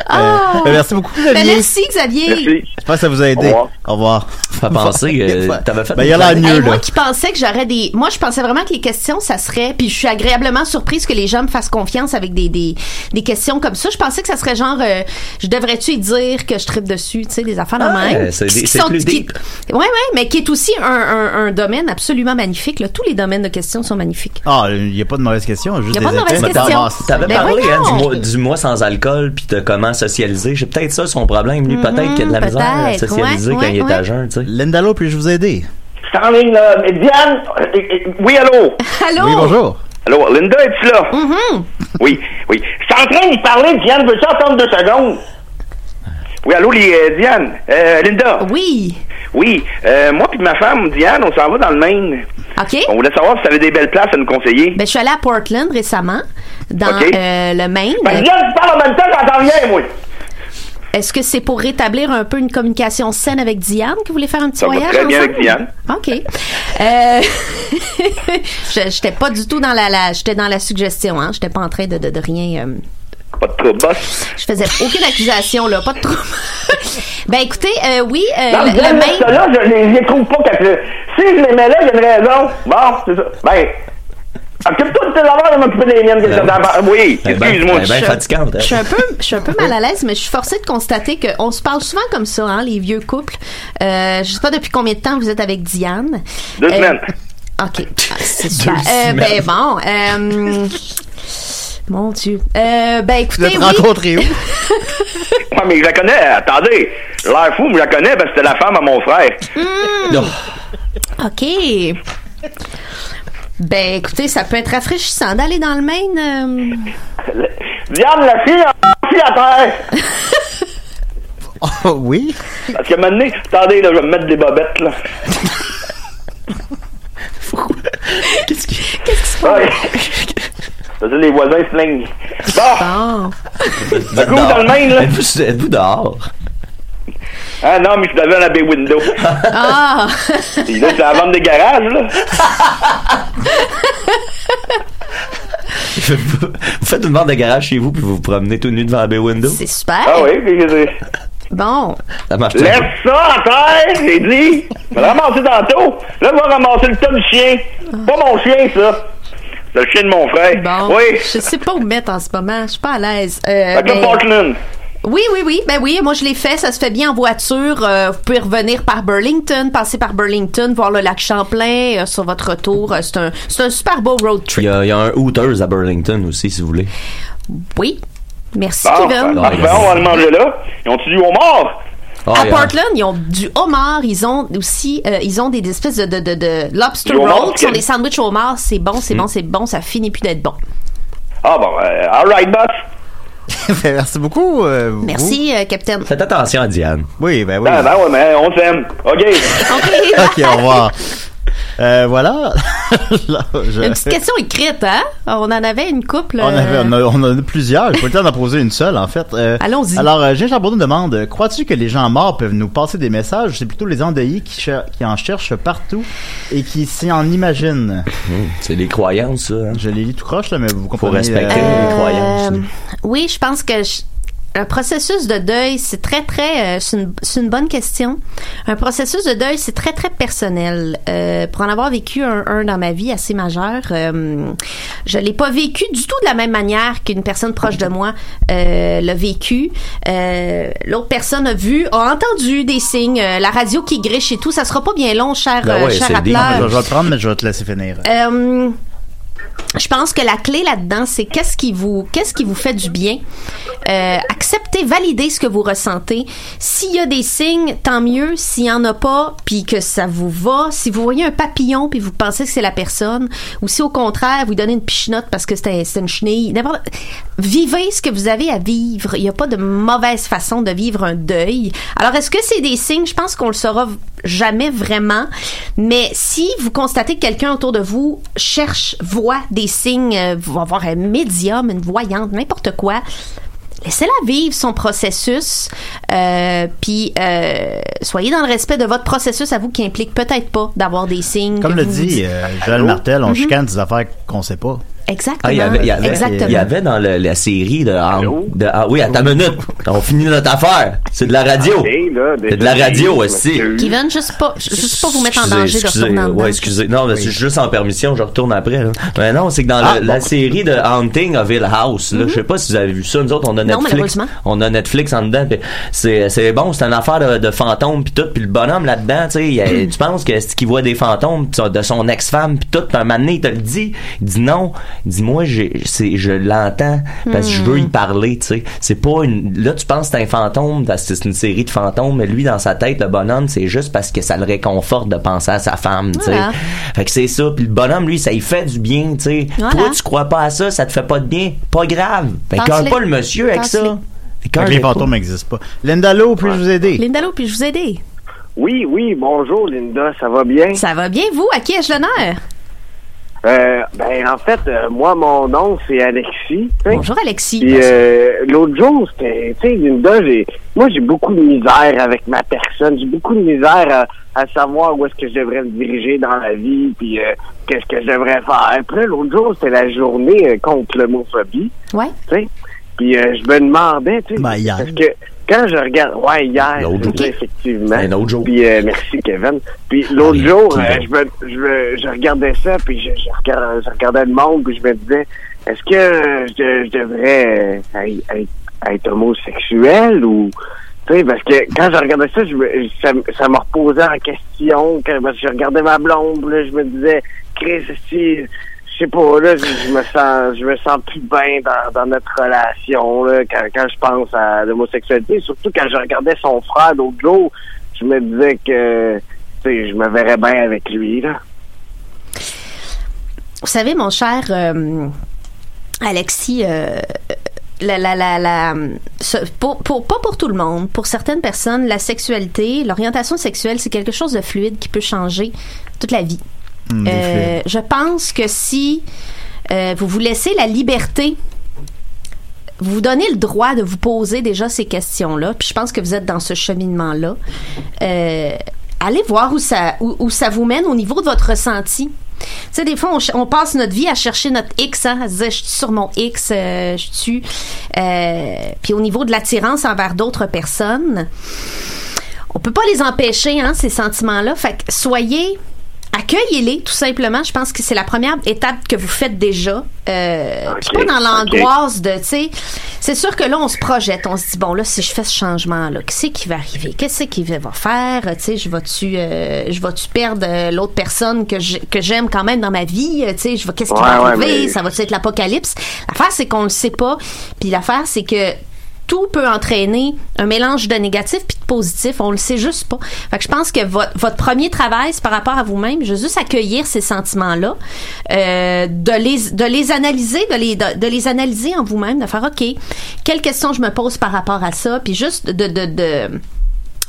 Speaker 5: Ah!
Speaker 4: Ben, merci beaucoup,
Speaker 5: Ben,
Speaker 4: Xavier.
Speaker 5: merci, Xavier.
Speaker 8: Merci.
Speaker 4: J'espère que ça vous a aidé.
Speaker 8: Au revoir.
Speaker 4: Au revoir.
Speaker 6: Fait penser que t'avais fait
Speaker 4: Ben, il y a l'air
Speaker 6: une-
Speaker 4: mieux,
Speaker 5: Hey, moi
Speaker 4: là.
Speaker 5: qui pensais que j'aurais des. Moi, je pensais vraiment que les questions, ça serait. Puis je suis agréablement surprise que les gens me fassent confiance avec des, des, des questions comme ça. Je pensais que ça serait genre. euh, je devrais-tu y dire que je tripe dessus, tu sais, des affaires de
Speaker 6: Ah,
Speaker 5: même.
Speaker 6: c'est des-
Speaker 5: Qui
Speaker 6: c'est
Speaker 5: sont-
Speaker 6: plus
Speaker 5: qui-
Speaker 6: deep.
Speaker 5: Ouais, ouais, mais qui est aussi un, un, un domaine absolument magnifique. Là. Tous les domaines de questions sont magnifiques.
Speaker 4: Ah, il n'y a pas de mauvaise question, juste
Speaker 5: Il y
Speaker 4: des
Speaker 5: a pas de
Speaker 4: effets.
Speaker 5: mauvaise
Speaker 4: Mais
Speaker 5: question.
Speaker 4: t'avances.
Speaker 6: T'avais
Speaker 5: Ben
Speaker 6: parlé hein, du,
Speaker 5: voyons.
Speaker 6: mois, du mois sans alcool puis de comment socialiser. C'est peut-être ça son problème, lui. Peut-être qu'il a de la
Speaker 5: Mhm,
Speaker 6: misère à
Speaker 5: peut-être,
Speaker 6: socialiser
Speaker 5: ouais,
Speaker 6: quand il est
Speaker 5: ouais,
Speaker 6: à
Speaker 5: ouais.
Speaker 6: jeun, tu sais.
Speaker 4: Linda Lowe, puis-je vous aider?
Speaker 7: C'est en ligne, là. Mais Diane! euh, euh, Oui, allô?
Speaker 5: Allô?
Speaker 4: Oui, bonjour.
Speaker 7: Allô, Linda, est tu là?
Speaker 5: Mm-hmm.
Speaker 7: Oui, oui. Je suis en train de parler, Diane. Veux-tu attendre deux secondes? Oui, allô, les, euh, Diane? Euh, Linda?
Speaker 5: Oui.
Speaker 7: Oui. Euh, moi puis ma femme, Diane, on s'en va dans le Maine.
Speaker 5: OK?
Speaker 7: On voulait savoir si tu avais des belles places à nous conseiller.
Speaker 5: Ben, je suis allée à Portland récemment, dans
Speaker 7: OK.
Speaker 5: euh, le Maine.
Speaker 7: Ben, Diane, tu parles en même temps, j'entends rien, moi.
Speaker 5: Est-ce que c'est pour rétablir un peu une communication saine avec Diane que vous voulez faire un petit
Speaker 7: Ça va
Speaker 5: voyage
Speaker 7: très bien
Speaker 5: ensemble?
Speaker 7: avec Diane.
Speaker 5: OK. Euh, je- J'étais pas du tout dans la, la j'étais dans la suggestion, hein. J'étais pas en train de, de, de rien. euh,
Speaker 7: Pas de trouble, boss.
Speaker 5: je faisais aucune accusation là, pas de trouble. ben écoutez, euh, oui, euh,
Speaker 7: Non,
Speaker 5: le, le
Speaker 7: Diane, là,
Speaker 5: Maine-
Speaker 7: là, je les, je les trouve pas. Quand je- Si je les mets là, il y a une raison. Bon, c'est ça. Ben, occupe-toi de tes affaires, je vais m'occuper des miennes. que
Speaker 6: Ben,
Speaker 7: je t'en- Oui,
Speaker 6: ben,
Speaker 7: excuse-moi.
Speaker 6: ben, ben, fatigante, hein.
Speaker 7: Euh,
Speaker 5: Je suis un peu, je suis un peu mal à l'aise, mais je suis forcée de constater qu'on se parle souvent comme ça, hein, les vieux couples. Euh, je sais pas depuis combien de temps vous êtes avec Diane.
Speaker 7: Deux
Speaker 5: Euh,
Speaker 7: semaines.
Speaker 5: OK. Ah, c'est super. Euh, ben bon. euh, mon Dieu. Euh, ben
Speaker 4: Vous
Speaker 5: écoutez,
Speaker 4: êtes
Speaker 5: oui.
Speaker 4: rencontrés où?
Speaker 7: Ouais, mais je la connais. Attendez. L'air fou, mais je la connais parce que c'était la femme à mon frère.
Speaker 5: OK. Ben écoutez, ça peut être rafraîchissant d'aller dans le Maine. euh,
Speaker 7: Diane, la fille, en fille à terre.
Speaker 4: Oh, oui.
Speaker 7: Parce que maintenant, attendez, là, je vais me mettre des bobettes, là. Qu'est-ce qui se passe? les voisins se plaignent. Bon,
Speaker 5: bon.
Speaker 6: Vous êtes
Speaker 7: cool, dans le
Speaker 6: dehors.
Speaker 7: Maine, là.
Speaker 6: Êtes-vous êtes-vous dehors?
Speaker 7: ah non, mais je suis devant la bay window.
Speaker 5: Ah!
Speaker 7: Et là, c'est à la vente des garages, là.
Speaker 6: vous faites une vente de garage chez vous puis vous vous promenez tout nu devant la bay window?
Speaker 5: C'est super.
Speaker 7: Ah oui, puis j'ai dit,
Speaker 5: Bon.
Speaker 6: Ça marche
Speaker 7: laisse ça à terre, j'ai dit. Je vais le ramasser tantôt. Là, va ramasser le tas du chien. Pas mon chien, ça. C'est le chien de mon frère.
Speaker 5: Bon.
Speaker 7: Oui.
Speaker 5: Je sais pas où me mettre en ce moment. Je suis pas à l'aise. Euh,
Speaker 7: Fait que là,
Speaker 5: ben,
Speaker 7: Portland.
Speaker 5: Oui, oui, oui. Ben oui, moi je l'ai fait. Ça se fait bien en voiture. Euh, vous pouvez revenir par Burlington, passer par Burlington, voir le lac Champlain euh, sur votre retour. Euh, c'est un, c'est un super beau road trip.
Speaker 6: Il y, a, il y a un Hooters à Burlington aussi, si vous voulez.
Speaker 5: Oui. Merci,
Speaker 6: Bon,
Speaker 5: Kevin.
Speaker 6: ben,
Speaker 5: À
Speaker 6: parfait, on va le manger
Speaker 7: là. Ils ont-tu du homard?
Speaker 6: Ah, il y a-
Speaker 5: Portland, ils ont du homard. Ils ont aussi, euh, ils ont des espèces de, de, de, de lobster
Speaker 7: Du homard,
Speaker 5: rolls qui sont
Speaker 7: Kevin.
Speaker 5: des sandwichs au homard. C'est bon,
Speaker 4: Mm.
Speaker 5: c'est bon, c'est bon. Ça finit plus d'être bon.
Speaker 7: Ah bon, euh, all right, boss.
Speaker 4: Ben, merci beaucoup. euh, vous.
Speaker 5: Merci, euh, Capitaine.
Speaker 6: Faites attention à Diane.
Speaker 4: Oui, ben oui.
Speaker 7: Ben, ben ouais, mais on s'aime. OK.
Speaker 4: ok, au revoir. Euh, voilà. Là, je-
Speaker 5: Une petite question écrite, hein? On en avait une couple.
Speaker 4: On, avait,
Speaker 5: euh,
Speaker 4: on, a, on en a plusieurs. J'ai pas le temps d'en poser une seule, en fait. Euh,
Speaker 5: Allons-y.
Speaker 4: Alors, euh, Jean Charbonneau demande euh, Crois-tu que les gens morts peuvent nous passer des messages C'est plutôt les endeuillés qui, cher- qui en cherchent partout et qui s'y en imaginent.
Speaker 6: Hmm, C'est des croyances, ça. hein.
Speaker 4: Je les lis tout croche, là, mais vous
Speaker 6: Faut
Speaker 4: comprenez.
Speaker 6: respecter
Speaker 4: euh,
Speaker 6: les croyances.
Speaker 5: Oui, je pense que je- un processus de deuil, c'est très, très... euh, c'est une, c'est une bonne question. Un processus de deuil, c'est très, très personnel. Euh, pour en avoir vécu un, un dans ma vie assez majeur, euh, je l'ai pas vécu du tout de la même manière qu'une personne proche de moi euh, l'a vécu. Euh, L'autre personne a vu, a entendu des signes, euh, la radio qui griche et tout. Ça sera pas bien long, cher,
Speaker 6: Ben
Speaker 5: euh,
Speaker 6: ouais,
Speaker 5: cher
Speaker 6: c'est deep.
Speaker 5: appeleur.
Speaker 4: je, je vais te prendre, mais je vais te laisser finir.
Speaker 5: Euh, je pense que la clé là-dedans, c'est qu'est-ce qui vous, qu'est-ce qui vous fait du bien. Euh, acceptez, validez ce que vous ressentez. S'il y a des signes, tant mieux. S'il y en a pas, puis que ça vous va. Si vous voyez un papillon, puis vous pensez que c'est la personne, ou si au contraire vous donnez une pichinotte parce que c'était c'est une chenille. n'importe- Vivez ce que vous avez à vivre. Il n'y a pas de mauvaise façon de vivre un deuil. Alors, est-ce que c'est des signes Je pense qu'on le saura v- jamais vraiment. Mais si vous constatez que quelqu'un autour de vous cherche, voit des signes, euh, va voir un médium, une voyante, n'importe quoi, laissez-la vivre son processus. euh, Puis, euh, soyez dans le respect de votre processus à vous qui implique peut-être pas d'avoir des signes.
Speaker 4: Comme
Speaker 5: que
Speaker 4: le
Speaker 5: vous vous
Speaker 4: dit
Speaker 5: dites. Mhm.
Speaker 4: euh, Joël Martel, on chicane des affaires qu'on sait pas.
Speaker 5: Exactement.
Speaker 6: Ah, il y avait, il y avait-
Speaker 5: Exactement.
Speaker 6: il y avait dans le- la série de, de- Ah oui, à ta minute. On finit notre affaire. C'est de la radio.
Speaker 8: Hey, Ah, là,
Speaker 6: Oh. C'est de la radio aussi.
Speaker 5: Kevin, juste pas, juste pas vous mettre en
Speaker 6: Excusez,
Speaker 5: danger hein. de
Speaker 6: excusez,
Speaker 5: retourner en dedans.
Speaker 6: Ouais, excusez. Non, mais c'est juste en permission, je retourne après. là. Mais non, c'est que dans le- la série de Haunting of Hill House, là, je sais pas si vous avez vu ça, nous autres, on a
Speaker 5: Mm-hmm.
Speaker 6: Netflix.
Speaker 5: malheureusement.
Speaker 6: on a Netflix en dedans, pis c'est c'est bon, c'est une affaire de, de fantômes pis tout, puis le bonhomme là-dedans, tu sais, il y a- tu penses que c'est qu'il voit des fantômes pis ça, de son ex-femme pis tout, pis un moment donné, il te le dit, il dit non, il dit moi j'ai- c'est- je l'entends parce que je veux y
Speaker 5: Hmm.
Speaker 6: parler, tu sais. C'est pas une là tu penses que c'est un fantôme parce que c'est une série de fantômes, mais lui dans sa tête le bonhomme, c'est juste parce que ça le réconforte de penser à sa femme, tu sais.
Speaker 5: Voilà.
Speaker 6: Fait que c'est ça, puis le bonhomme lui ça y fait du bien, tu sais.
Speaker 5: Voilà.
Speaker 6: Toi tu crois pas à ça, ça te fait pas de bien, pas grave. Fait que
Speaker 5: Pense-le.
Speaker 6: cœur pas le monsieur avec ça.
Speaker 5: Pense-le.
Speaker 6: Fait que
Speaker 4: les
Speaker 6: cœur pas.
Speaker 4: fantômes n'existent pas. Linda Lowe, puis-je vous aider
Speaker 5: Lindalo, puis-je vous aider?
Speaker 8: Oui, oui, bonjour Linda, ça va bien?
Speaker 5: Ça va bien, vous? À qui ai-je l'honneur?
Speaker 8: Euh, ben, en fait, euh, moi, mon nom, c'est Alexis. tu sais.
Speaker 5: Bonjour, Alexis.
Speaker 8: Puis euh, l'autre jour, c'était, tu sais, Linda, j'ai, moi, j'ai beaucoup de misère avec ma personne. J'ai beaucoup de misère à, à savoir où est-ce que je devrais me diriger dans la vie, puis euh, qu'est-ce que je devrais faire. Après, l'autre jour, c'était la journée euh, contre l'homophobie,
Speaker 5: Ouais.
Speaker 8: tu sais. Puis euh, je me demandais, tu sais,
Speaker 4: Ben, hier.
Speaker 8: parce que quand je regarde, ouais, hier,
Speaker 6: L'autre
Speaker 8: c'est
Speaker 6: jour.
Speaker 8: ça, effectivement.
Speaker 6: Un autre jour.
Speaker 8: Puis euh, merci Kevin. Puis l'autre
Speaker 6: Ah,
Speaker 8: jour,
Speaker 6: oui,
Speaker 8: euh,
Speaker 6: Kevin.
Speaker 8: je, me- je, me- je regardais ça, puis je, je regard- je regardais le monde, puis je me disais, est-ce que euh, je, je devrais euh, être- être, être homosexuel ou tu sais parce que quand je regardais ça, je, me- je- ça, me- ça me reposait en question quand, parce que je regardais ma blonde, puis là, je me disais, Chris, si je sais pas là, je, je me sens, je me sens plus bien dans, dans notre relation là, quand, quand je pense à l'homosexualité, surtout quand je regardais son frère l'autre jour, je me disais que tu sais, je me verrais bien avec lui là.
Speaker 5: Vous savez, mon cher euh, Alexis, euh, la, la, la, la- ce- pour, pour- pas pour tout le monde, pour certaines personnes, la sexualité, l'orientation sexuelle, c'est quelque chose de fluide qui peut changer toute la vie.
Speaker 4: Hum, des
Speaker 5: Euh,
Speaker 4: fleurs.
Speaker 5: je pense que si euh, vous vous laissez la liberté, vous vous donnez le droit de vous poser déjà ces questions-là, puis je pense que vous êtes dans ce cheminement-là. Euh, allez voir où ça, où, où ça vous mène au niveau de votre ressenti. Tu sais, des fois, on, ch- on passe notre vie à chercher notre X, hein, à se dire, je suis sur mon X, euh, je suis... Euh, puis au niveau de l'attirance envers d'autres personnes, on peut pas les empêcher, hein, ces sentiments-là. Fait que soyez accueillez-les tout simplement. Je pense que c'est la première étape que vous faites déjà. Euh, puis
Speaker 8: Ok,
Speaker 5: pas dans
Speaker 8: ok.
Speaker 5: l'angoisse de, tu sais, c'est sûr que là, on se projette, on se dit, bon, là, si je fais ce changement-là, qu'est-ce qui va arriver? Qu'est-ce qu'il va faire? Euh, Tu sais, je vais-tu euh, je vais-tu perdre euh, l'autre personne que j'ai- que j'aime quand même dans ma vie? Euh, Tu sais, je vais- qu'est-ce qui
Speaker 8: Ouais,
Speaker 5: va
Speaker 8: ouais,
Speaker 5: arriver?
Speaker 8: mais-
Speaker 5: Ça va-tu être l'apocalypse? L'affaire, c'est qu'on le sait pas. Puis l'affaire, c'est que tout peut entraîner un mélange de négatif puis de positif. On le sait juste pas. Fait que je pense que votre, votre premier travail, c'est par rapport à vous-même, je veux juste accueillir ces sentiments-là, euh, de, les, de les analyser, de les, de, de les analyser en vous-même, de faire, OK, quelles questions je me pose par rapport à ça, puis juste de... de, de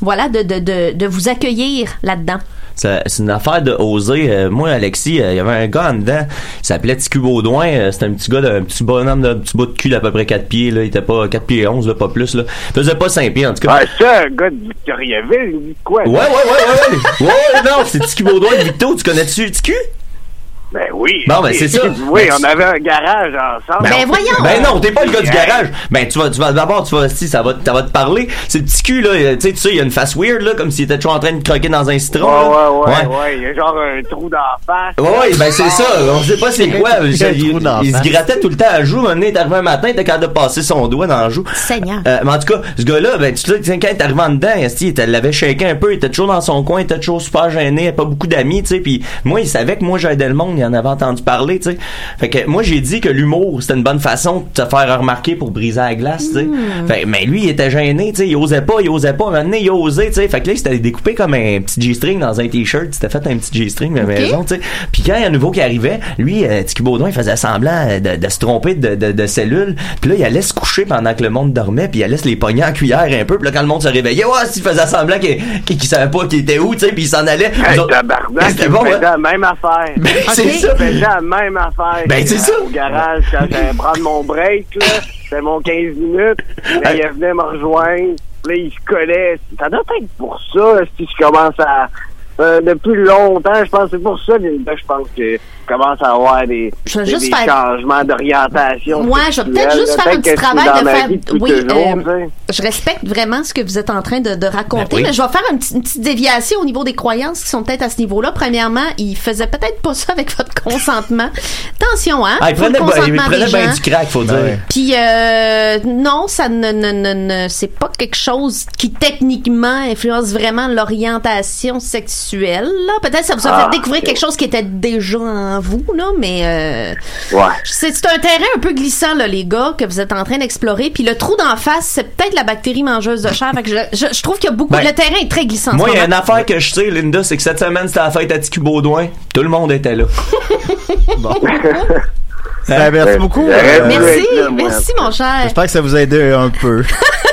Speaker 5: voilà, de, de, de, de vous accueillir là-dedans.
Speaker 6: Ça- C'est une affaire de oser. Euh, moi, Alexis, euh, il y avait un gars en dedans. Il s'appelait Ticu Baudouin. Euh, C'était un petit gars, d'un- un petit bonhomme d'un petit bout de cul d'à peu près 4 pieds. Là. Il était pas 4 pieds 11, là, pas plus. Là. Il faisait pas 5 pieds, en tout cas.
Speaker 8: Ah, ça, un gars de Victoriaville, il dit quoi?
Speaker 6: Ouais, ouais, ouais, ouais, ouais. ouais, non, c'est Ticu Baudouin de Victo. Tu connais-tu Ticu?
Speaker 8: Ben oui.
Speaker 6: Bon, ben, c'est ça.
Speaker 8: Oui, on avait un garage ensemble.
Speaker 6: on- Ben non, t'es pas le gars du garage. Ben tu vas, tu vas d'abord, tu vas, si ça va, ça va te parler. C'est le petit cul là, euh, tu sais, tu sais, il a une face weird là, comme s'il était toujours en train de croquer dans un citron.
Speaker 8: Ouais,
Speaker 6: là.
Speaker 8: ouais, ouais, ouais, Il y a genre un trou d'en face. Ah.
Speaker 6: Ouais, ouais, ben c'est ça, on sait pas c'est quoi.
Speaker 4: Il
Speaker 6: Il,
Speaker 4: y a un trou
Speaker 6: il-
Speaker 4: dans la
Speaker 6: il se
Speaker 4: face.
Speaker 6: grattait tout le temps à la joue, un moment donné, il est arrivé un matin, il était capable de passer son doigt dans la joue.
Speaker 5: Seigneur.
Speaker 6: Euh, mais en tout cas, ce gars-là, ben, tu sais, quand il est arrivé en dedans, esti, il était- l'avait shaké un peu, il était toujours dans son coin, il était toujours super gêné, il avait pas beaucoup d'amis, tu sais, puis moi, il savait que moi, j'aidais le monde, il en avait entendu parler, tu sais. Fait que moi, j'ai dit que l'humour, c'était une bonne façon de te faire remarquer pour briser la glace, tu sais.
Speaker 4: Hmm.
Speaker 6: Fait que, mais lui, il était gêné, tu sais, il osait pas, il osait pas, maintenant, il osait, tu sais. Fait que là, il s'était découpé comme un petit G-string dans un T-shirt, il s'était fait un petit G-string, mais maison, tu sais. Puis quand il y a un nouveau qui arrivait, lui, euh, Tiki Baudouin, il faisait semblant euh, de, de se tromper de, de, de cellule. Puis là, il allait se coucher pendant que le monde dormait, puis il allait se les pogner en cuillère un peu. Puis là, quand le monde se réveillait, ouais, s'il faisait semblant qu'il qu'il- qu'il savait pas qu'il était où, tu sais, puis il s'en allait.
Speaker 8: Hey,
Speaker 6: Nous autres-
Speaker 8: tabarnak,
Speaker 6: C'était
Speaker 8: il
Speaker 6: bon,
Speaker 8: faisait
Speaker 6: ouais.
Speaker 8: la même affaire.
Speaker 6: Ben, c'est
Speaker 8: Il
Speaker 6: ça.
Speaker 8: faisait la même affaire.
Speaker 6: Ben, c'est ça.
Speaker 8: Au garage, quand j'allais prendre mon break, là, c'était mon 15 minutes, là, il venait me rejoindre, là, il se collait. Ça doit être pour ça, si je commence à... euh, depuis longtemps, je pense que c'est pour ça, là, je pense que je commence à avoir des,
Speaker 5: Je vais
Speaker 8: des-
Speaker 5: juste
Speaker 8: des
Speaker 5: faire-
Speaker 8: changements d'orientation.
Speaker 5: Moi, je vais peut-être
Speaker 8: sexuelle,
Speaker 5: juste
Speaker 8: là.
Speaker 5: faire
Speaker 8: Peut-être
Speaker 5: un petit
Speaker 8: que je suis
Speaker 5: travail
Speaker 8: dans
Speaker 5: de
Speaker 8: ma
Speaker 5: faire.
Speaker 8: vie depuis
Speaker 5: Oui,
Speaker 8: toujours, tu
Speaker 5: euh,
Speaker 8: sais.
Speaker 5: je respecte vraiment ce que vous êtes en train de, de raconter,
Speaker 6: Ben oui.
Speaker 5: mais je vais faire un petit- une petite déviation au niveau des croyances qui sont peut-être à ce niveau-là. Premièrement, il faisait peut-être pas ça avec votre consentement. Attention, hein.
Speaker 6: Ah, il
Speaker 5: faut le
Speaker 6: prenait, ben- il
Speaker 5: consentement
Speaker 6: prenait
Speaker 5: des
Speaker 6: bien
Speaker 5: gens.
Speaker 6: du crack, faut dire.
Speaker 5: Puis euh, non, ça ne, ne, ne, ne- c'est pas quelque chose qui techniquement influence vraiment l'orientation sexuelle. là. Peut-être ça vous a
Speaker 8: Ah,
Speaker 5: fait découvrir
Speaker 8: ok.
Speaker 5: quelque chose qui était déjà en vous là, mais euh,
Speaker 8: Ouais.
Speaker 5: c'est c'est un terrain un peu glissant là, les gars, que vous êtes en train d'explorer. Puis le trou d'en face, c'est peut-être la bactérie mangeuse de chair. Fait que je, je, je trouve qu'il y a beaucoup.
Speaker 6: Ben,
Speaker 5: le terrain est très glissant. en
Speaker 6: Moi,
Speaker 5: ce
Speaker 6: il y a
Speaker 5: moment.
Speaker 6: une affaire que je sais, Linda, c'est que cette semaine, c'était la fête à Ticu Baudouin. Tout le monde était là.
Speaker 4: Ben, merci beaucoup.
Speaker 8: j'aurais
Speaker 4: Euh,
Speaker 8: voulu
Speaker 5: Merci,
Speaker 8: être là, moi.
Speaker 5: merci mon cher.
Speaker 4: J'espère que ça vous a aidé un peu.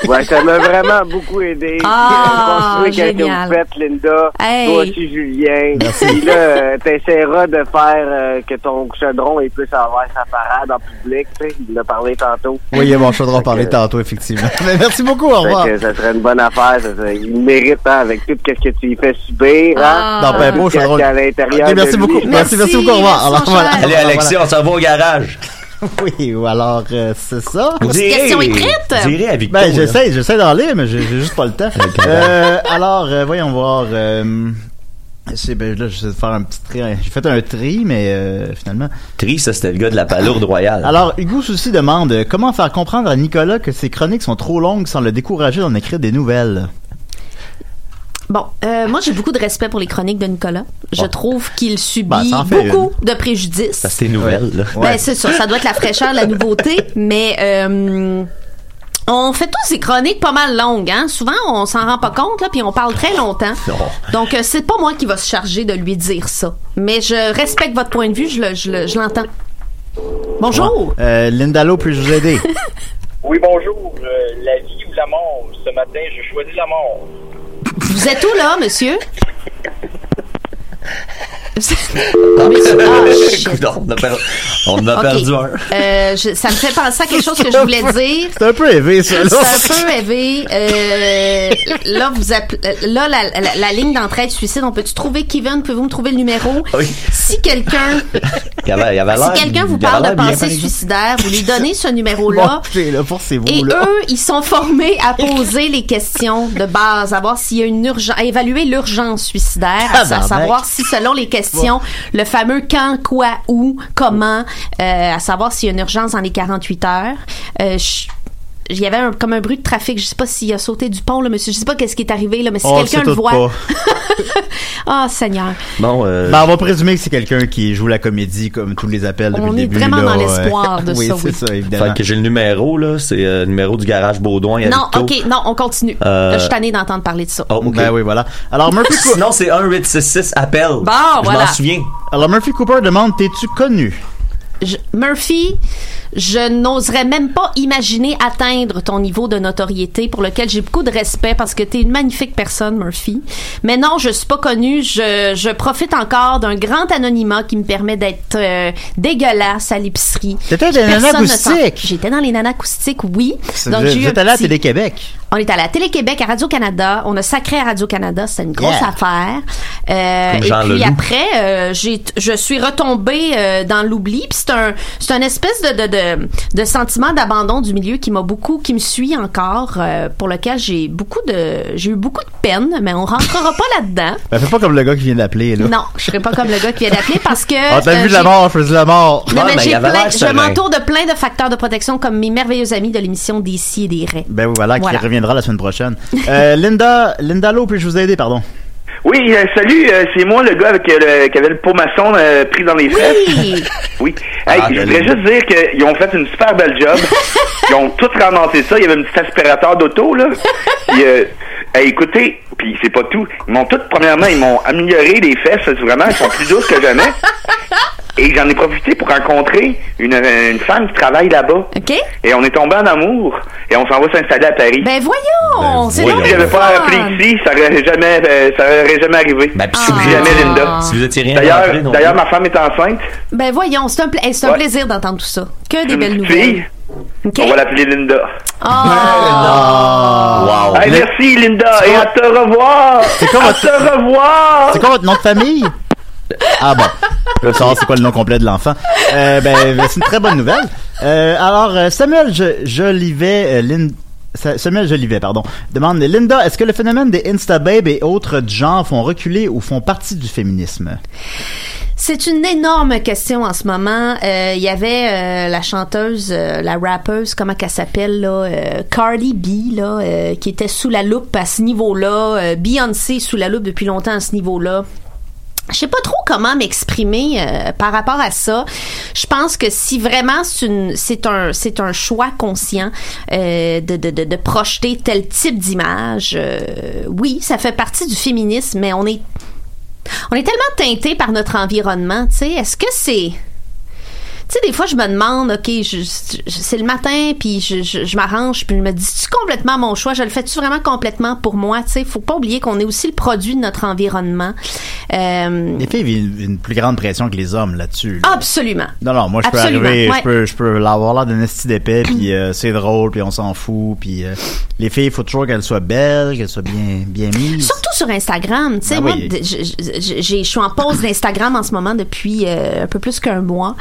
Speaker 8: Ouais, ça m'a vraiment beaucoup aidé.
Speaker 5: Ah,
Speaker 8: Continuez qu'est-ce que
Speaker 5: génial.
Speaker 8: vous faites, Linda.
Speaker 5: Hey.
Speaker 8: Toi aussi, Julien. Puis là, euh, t'essaieras de faire euh, que ton chaudron il puisse avoir sa parade en public. Tu sais, il en a parlé tantôt.
Speaker 4: Oui, bon, je devrais en parler
Speaker 8: que-
Speaker 4: tantôt, effectivement. Mais merci beaucoup, au
Speaker 8: Fait
Speaker 4: revoir.
Speaker 8: que ça serait une bonne affaire. Ça, serait- il mérite, hein, avec tout ce que tu lui fais subir.
Speaker 5: Ah.
Speaker 8: Hein?
Speaker 4: Non, ben, bon, je
Speaker 8: Qu'est-ce qu'il y a à
Speaker 4: devrais-
Speaker 8: l'intérieur
Speaker 4: Ok, merci
Speaker 8: de lui.
Speaker 4: beaucoup. Merci, merci beaucoup, au revoir.
Speaker 5: merci, mon
Speaker 4: Alors, voilà.
Speaker 5: cher.
Speaker 6: Allez,
Speaker 4: ben Voilà,
Speaker 6: Alexis, on s'en va au garage.
Speaker 4: Oui, ou alors, euh, c'est ça.
Speaker 6: Vous
Speaker 5: Petite
Speaker 6: irez-
Speaker 5: Oh, question écrite.
Speaker 6: vous irez à Victo.
Speaker 4: Ben,
Speaker 6: là.
Speaker 4: j'essaie, j'essaie d'en lire, mais j'ai j'ai juste pas le temps. Euh, alors, euh, voyons voir. Euh, c'est- ben, là, j'essaie de faire un petit tri. J'ai fait un tri, mais euh, finalement.
Speaker 6: Tri, ça, c'était le gars de la palourde royale.
Speaker 4: Alors, Hugo Souci demande euh, Comment faire comprendre à Nicolas que ses chroniques sont trop longues sans le décourager d'en écrire des nouvelles
Speaker 5: Bon, euh, moi j'ai beaucoup de respect pour les chroniques de Nicolas. Je trouve qu'il
Speaker 4: Ben,
Speaker 5: subit
Speaker 4: ça en fait
Speaker 5: beaucoup de préjudices.
Speaker 6: Ça, c'est nouvelle, là.
Speaker 4: Ouais.
Speaker 5: Ben, c'est ça, ça doit être la fraîcheur, la nouveauté, mais euh, on fait tous des chroniques pas mal longues, hein. Souvent, on s'en rend pas compte, là, puis on parle très longtemps.
Speaker 6: Non.
Speaker 5: Donc, euh, c'est pas moi qui va se charger de lui dire ça. Mais je respecte votre point de vue, je le- je le- je l'entends. Bonjour!
Speaker 4: euh, Lindalo, puis-je vous aider
Speaker 7: Oui, bonjour. Euh, la vie ou la mort? Ce matin, je choisis la mort.
Speaker 5: Vous êtes où, là, monsieur? Vous êtes- Ah, shit.
Speaker 6: Coudon, on a perdu- On en a
Speaker 5: Ok.
Speaker 6: perdu un.
Speaker 5: Euh, je- ça me fait penser à quelque chose que je voulais dire.
Speaker 4: C'est un peu élevé, ça. là.
Speaker 5: C'est un peu élevé. Euh, là, vous appelez- euh, là, la, la- la ligne d'entraide suicide, on peut-tu trouver Kevin? Pouvez-vous me trouver le numéro?
Speaker 6: Ah Oui.
Speaker 5: Si quelqu'un
Speaker 6: Il y avait, il y avait l'air-
Speaker 5: si quelqu'un vous
Speaker 6: il y avait
Speaker 5: parle de
Speaker 6: l'air bien, par
Speaker 5: pensée
Speaker 6: exemple.
Speaker 5: suicidaire, vous lui donnez ce
Speaker 4: Bon,
Speaker 5: numéro-là.
Speaker 4: écoutez, là, forcez-vous,
Speaker 5: Et
Speaker 4: là.
Speaker 5: eux, ils sont formés à poser les questions de base, à voir s'il y a une urgence, à évaluer l'urgence suicidaire, à sa-
Speaker 4: Tabarnak.
Speaker 5: savoir si selon les questions, le fameux quand, quoi, où, comment, euh, à savoir s'il y a une urgence dans les 48 heures. Euh, je- il y avait un- comme un bruit de trafic. Je sais pas s'il a sauté du pont, le monsieur. Je sais pas qu'est-ce qui est arrivé, là, mais si
Speaker 4: On le
Speaker 5: quelqu'un
Speaker 4: sait
Speaker 5: le
Speaker 4: Oh, tout
Speaker 5: voit.
Speaker 4: pas.
Speaker 5: Ah, Seigneur.
Speaker 6: Bon, euh,
Speaker 4: Ben, on va présumer que c'est quelqu'un qui joue la comédie comme tous les appels depuis
Speaker 5: On
Speaker 4: le
Speaker 5: est
Speaker 4: début.
Speaker 5: vraiment
Speaker 4: là,
Speaker 5: dans
Speaker 4: ouais.
Speaker 5: l'espoir de
Speaker 4: oui,
Speaker 5: ça,
Speaker 4: c'est
Speaker 5: oui.
Speaker 4: ça, évidemment.
Speaker 6: fait que j'ai le numéro, là. C'est euh, le numéro du garage Baudouin. à
Speaker 5: Non,
Speaker 6: Victo.
Speaker 5: OK, non, on continue.
Speaker 6: Euh,
Speaker 5: Là, je suis tannée d'entendre parler de ça.
Speaker 6: Oh, ok.
Speaker 4: Ben oui, voilà. Alors Murphy, Coo-
Speaker 6: Sinon, c'est 1866 appel.
Speaker 5: Bon,
Speaker 6: Je
Speaker 5: voilà.
Speaker 6: m'en souviens.
Speaker 4: Alors Murphy Cooper demande T'es-tu connu
Speaker 5: Je- Murphy, je n'oserais même pas imaginer atteindre ton niveau de notoriété pour lequel j'ai beaucoup de respect parce que tu es une magnifique personne, Murphy. Mais non, je suis pas connue. Je, je profite encore d'un grand anonymat qui me permet d'être euh, dégueulasse à l'épicerie.
Speaker 4: T'étais dans les
Speaker 5: Personne
Speaker 4: nanas
Speaker 5: ne sent-
Speaker 4: acoustiques.
Speaker 5: J'étais dans les nanas acoustiques, oui.
Speaker 4: Vous
Speaker 5: Donc, j'ai eu
Speaker 4: vous
Speaker 5: un
Speaker 4: êtes allé à
Speaker 5: petit-
Speaker 4: Télé-Québec.
Speaker 5: On est allé à Télé-Québec, à Radio-Canada. On a sacré à Radio-Canada. C'est une grosse
Speaker 4: Yeah.
Speaker 5: affaire. Euh,
Speaker 6: Comme
Speaker 5: et
Speaker 6: Jean
Speaker 5: puis
Speaker 6: Leloup.
Speaker 5: après, euh, j'ai, je suis retombée euh, dans l'oubli. Puis c'est un, c'est un espèce de, de, de, de sentiment d'abandon du milieu qui m'a beaucoup, qui me suit encore, euh, pour lequel j'ai beaucoup de, j'ai eu beaucoup de peine, mais on rentrera pas là-dedans.
Speaker 4: Ben, fais pas comme le gars qui vient d'appeler, là.
Speaker 5: Non, je serai pas comme le gars qui vient d'appeler parce que.
Speaker 4: Ah, t'as
Speaker 5: euh,
Speaker 4: vu de la
Speaker 5: j'ai-
Speaker 4: mort, Oh, ben, faisais de la mort.
Speaker 5: Non,
Speaker 6: Ouais,
Speaker 5: mais
Speaker 6: mais il
Speaker 5: j'ai
Speaker 6: avait
Speaker 5: plein-
Speaker 6: l'air
Speaker 5: je
Speaker 6: serein.
Speaker 5: m'entoure de plein de facteurs de protection comme mes merveilleux amis de l'émission D'ici et des Raies.
Speaker 4: Ben oui, voilà,
Speaker 5: Voilà.
Speaker 4: qui reviendra la semaine prochaine. Euh, Linda, Linda Lowe, puis-je vous aider, pardon?
Speaker 7: Oui, euh, salut, euh, c'est moi le gars avec, euh, le- qui avait le pot maçon euh, pris dans les fesses.
Speaker 5: Oui!
Speaker 7: Oui. Hey,
Speaker 6: Ah,
Speaker 7: je
Speaker 6: ben
Speaker 7: voudrais
Speaker 6: là.
Speaker 7: juste dire qu'ils ont fait une super belle job. Ils ont tout ramassé ça. Il y avait un petit aspirateur d'auto, là. Puis, euh, hey, écoutez, puis c'est pas tout. Ils m'ont tout, premièrement, ils m'ont amélioré les fesses. C'est Vraiment, elles sont plus douces que jamais. Et j'en ai profité pour rencontrer une, euh, une femme qui travaille là-bas.
Speaker 5: OK?
Speaker 7: Et on est tombé en amour. Et on s'en va s'installer à Paris.
Speaker 5: Ben voyons! c'est
Speaker 6: voyons.
Speaker 5: donc
Speaker 7: si j'avais
Speaker 5: le
Speaker 7: pas
Speaker 5: fun.
Speaker 7: appelé ici, ça aurait jamais, euh, ça aurait jamais arrivé.
Speaker 6: Ben, puis
Speaker 5: Ah.
Speaker 6: si vous
Speaker 7: Jamais,
Speaker 6: étiez-
Speaker 7: Linda.
Speaker 6: Si vous étiez rien rentré non
Speaker 7: D'ailleurs, d'ailleurs,
Speaker 6: plus.
Speaker 7: ma femme est enceinte.
Speaker 5: Ben voyons, c'est un, pla- eh, c'est un
Speaker 7: Ouais.
Speaker 5: plaisir d'entendre tout ça. Que des
Speaker 7: Une
Speaker 5: belles
Speaker 7: petite
Speaker 5: nouvelles.
Speaker 7: fille.
Speaker 5: OK?
Speaker 7: On va l'appeler Linda.
Speaker 5: Ah.
Speaker 6: Wow.
Speaker 7: Hey, merci Linda et à te revoir.
Speaker 4: quoi
Speaker 7: à
Speaker 4: votre-
Speaker 7: te revoir.
Speaker 4: C'est quoi votre nom de famille? Ah bon. Je veux savoir c'est quoi le nom complet de l'enfant. Euh, ben, ben, c'est une très bonne nouvelle. Euh, alors, euh, Samuel Je- Jolivet, euh, Lin- Sa- Samuel Jolivet, pardon, demande Linda, est-ce que le phénomène des Instababes et autres du genre font reculer ou font partie du féminisme?
Speaker 5: C'est une énorme question en ce moment. Euh, Il y avait euh, la chanteuse, euh, la rappeuse, comment qu'elle s'appelle là, euh, Cardi B là, euh, qui était sous la loupe à ce niveau-là. Euh, Beyoncé sous la loupe depuis longtemps à ce niveau-là. Je sais pas trop comment m'exprimer euh, par rapport à ça. Je pense que si vraiment c'est une- c'est un c'est un choix conscient euh, de, de, de, de projeter tel type d'image, euh, oui, ça fait partie du féminisme, mais on est on est tellement teinté par notre environnement, tu sais. Est-ce que c'est tu sais, des fois, je me demande, OK, je, je- c'est le matin, puis je, je, je m'arrange, puis je me dis, tu complètement mon choix? Je le fais-tu vraiment complètement pour moi? Tu sais, faut pas oublier qu'on est aussi le produit de notre environnement. Euh,
Speaker 4: Les filles vivent une plus grande pression que les hommes là-dessus. là.
Speaker 5: absolument.
Speaker 4: Non, non, moi je peux
Speaker 5: Absolument,
Speaker 4: arriver,
Speaker 5: ouais.
Speaker 4: je peux, je peux l'avoir l'air d'un esti d'épais, puis euh, c'est drôle, puis on s'en fout, puis euh, les filles, il faut toujours qu'elles soient belles, qu'elles soient bien, bien mises.
Speaker 5: Surtout sur Instagram, tu sais,
Speaker 4: Ben
Speaker 5: moi,
Speaker 4: oui.
Speaker 5: d- j- j- j'ai- je suis en pause d'Instagram en ce moment depuis euh, un peu plus qu'un mois.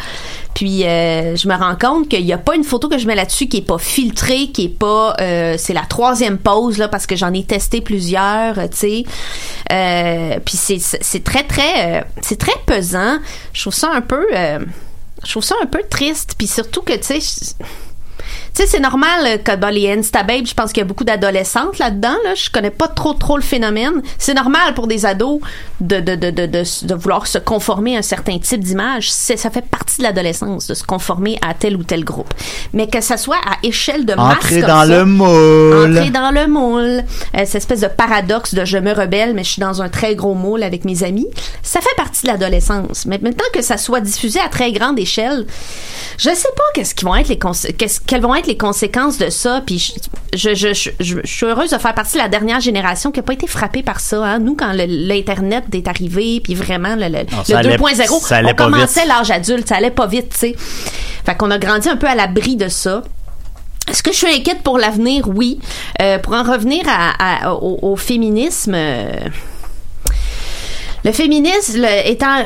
Speaker 5: Puis euh, je me rends compte qu'il n'y a pas une photo que je mets là-dessus qui est pas filtrée, qui est pas, euh, c'est la troisième pause là parce que j'en ai testé plusieurs, euh, tu sais. Euh, puis c'est c'est c'est très très, euh, c'est très pesant. Je trouve ça un peu, euh, je trouve ça un peu triste. Puis surtout que tu sais. je- tu sais, c'est normal euh, que dans les Instababes, je pense qu'il y a beaucoup d'adolescentes là-dedans. Là. Je connais pas trop trop le phénomène. C'est normal pour des ados de, de, de, de, de, s- de vouloir se conformer à un certain type d'image. C'est, ça fait partie de l'adolescence, de se conformer à tel ou tel groupe. Mais que ça soit à échelle de masse
Speaker 4: Entrer
Speaker 5: comme
Speaker 4: dans
Speaker 5: ça,
Speaker 4: le moule.
Speaker 5: Entrer dans le moule. Euh, cette espèce de paradoxe de je me rebelle, mais je suis dans un très gros moule avec mes amis. ça fait partie de l'adolescence. Mais maintenant que ça soit diffusé à très grande échelle, je sais pas qu'est-ce qui vont être les cons- qu'est-ce- quelles vont être les conséquences de ça. Puis je, je, je, je, je suis heureuse de faire partie de la dernière génération qui a pas été frappée par ça. Hein. Nous, quand le- l'Internet est arrivé, puis vraiment le, le,
Speaker 9: Non,
Speaker 5: le
Speaker 9: ça allait-
Speaker 5: 2.0,
Speaker 9: ça allait
Speaker 5: on
Speaker 9: pas vite.
Speaker 5: commençait l'âge adulte, ça allait pas vite, tu sais. Fait qu'on a grandi un peu à l'abri de ça. Est-ce que je suis inquiète pour l'avenir? Oui. Euh, pour en revenir à, à- au, au féminisme, euh, le féminisme le- étant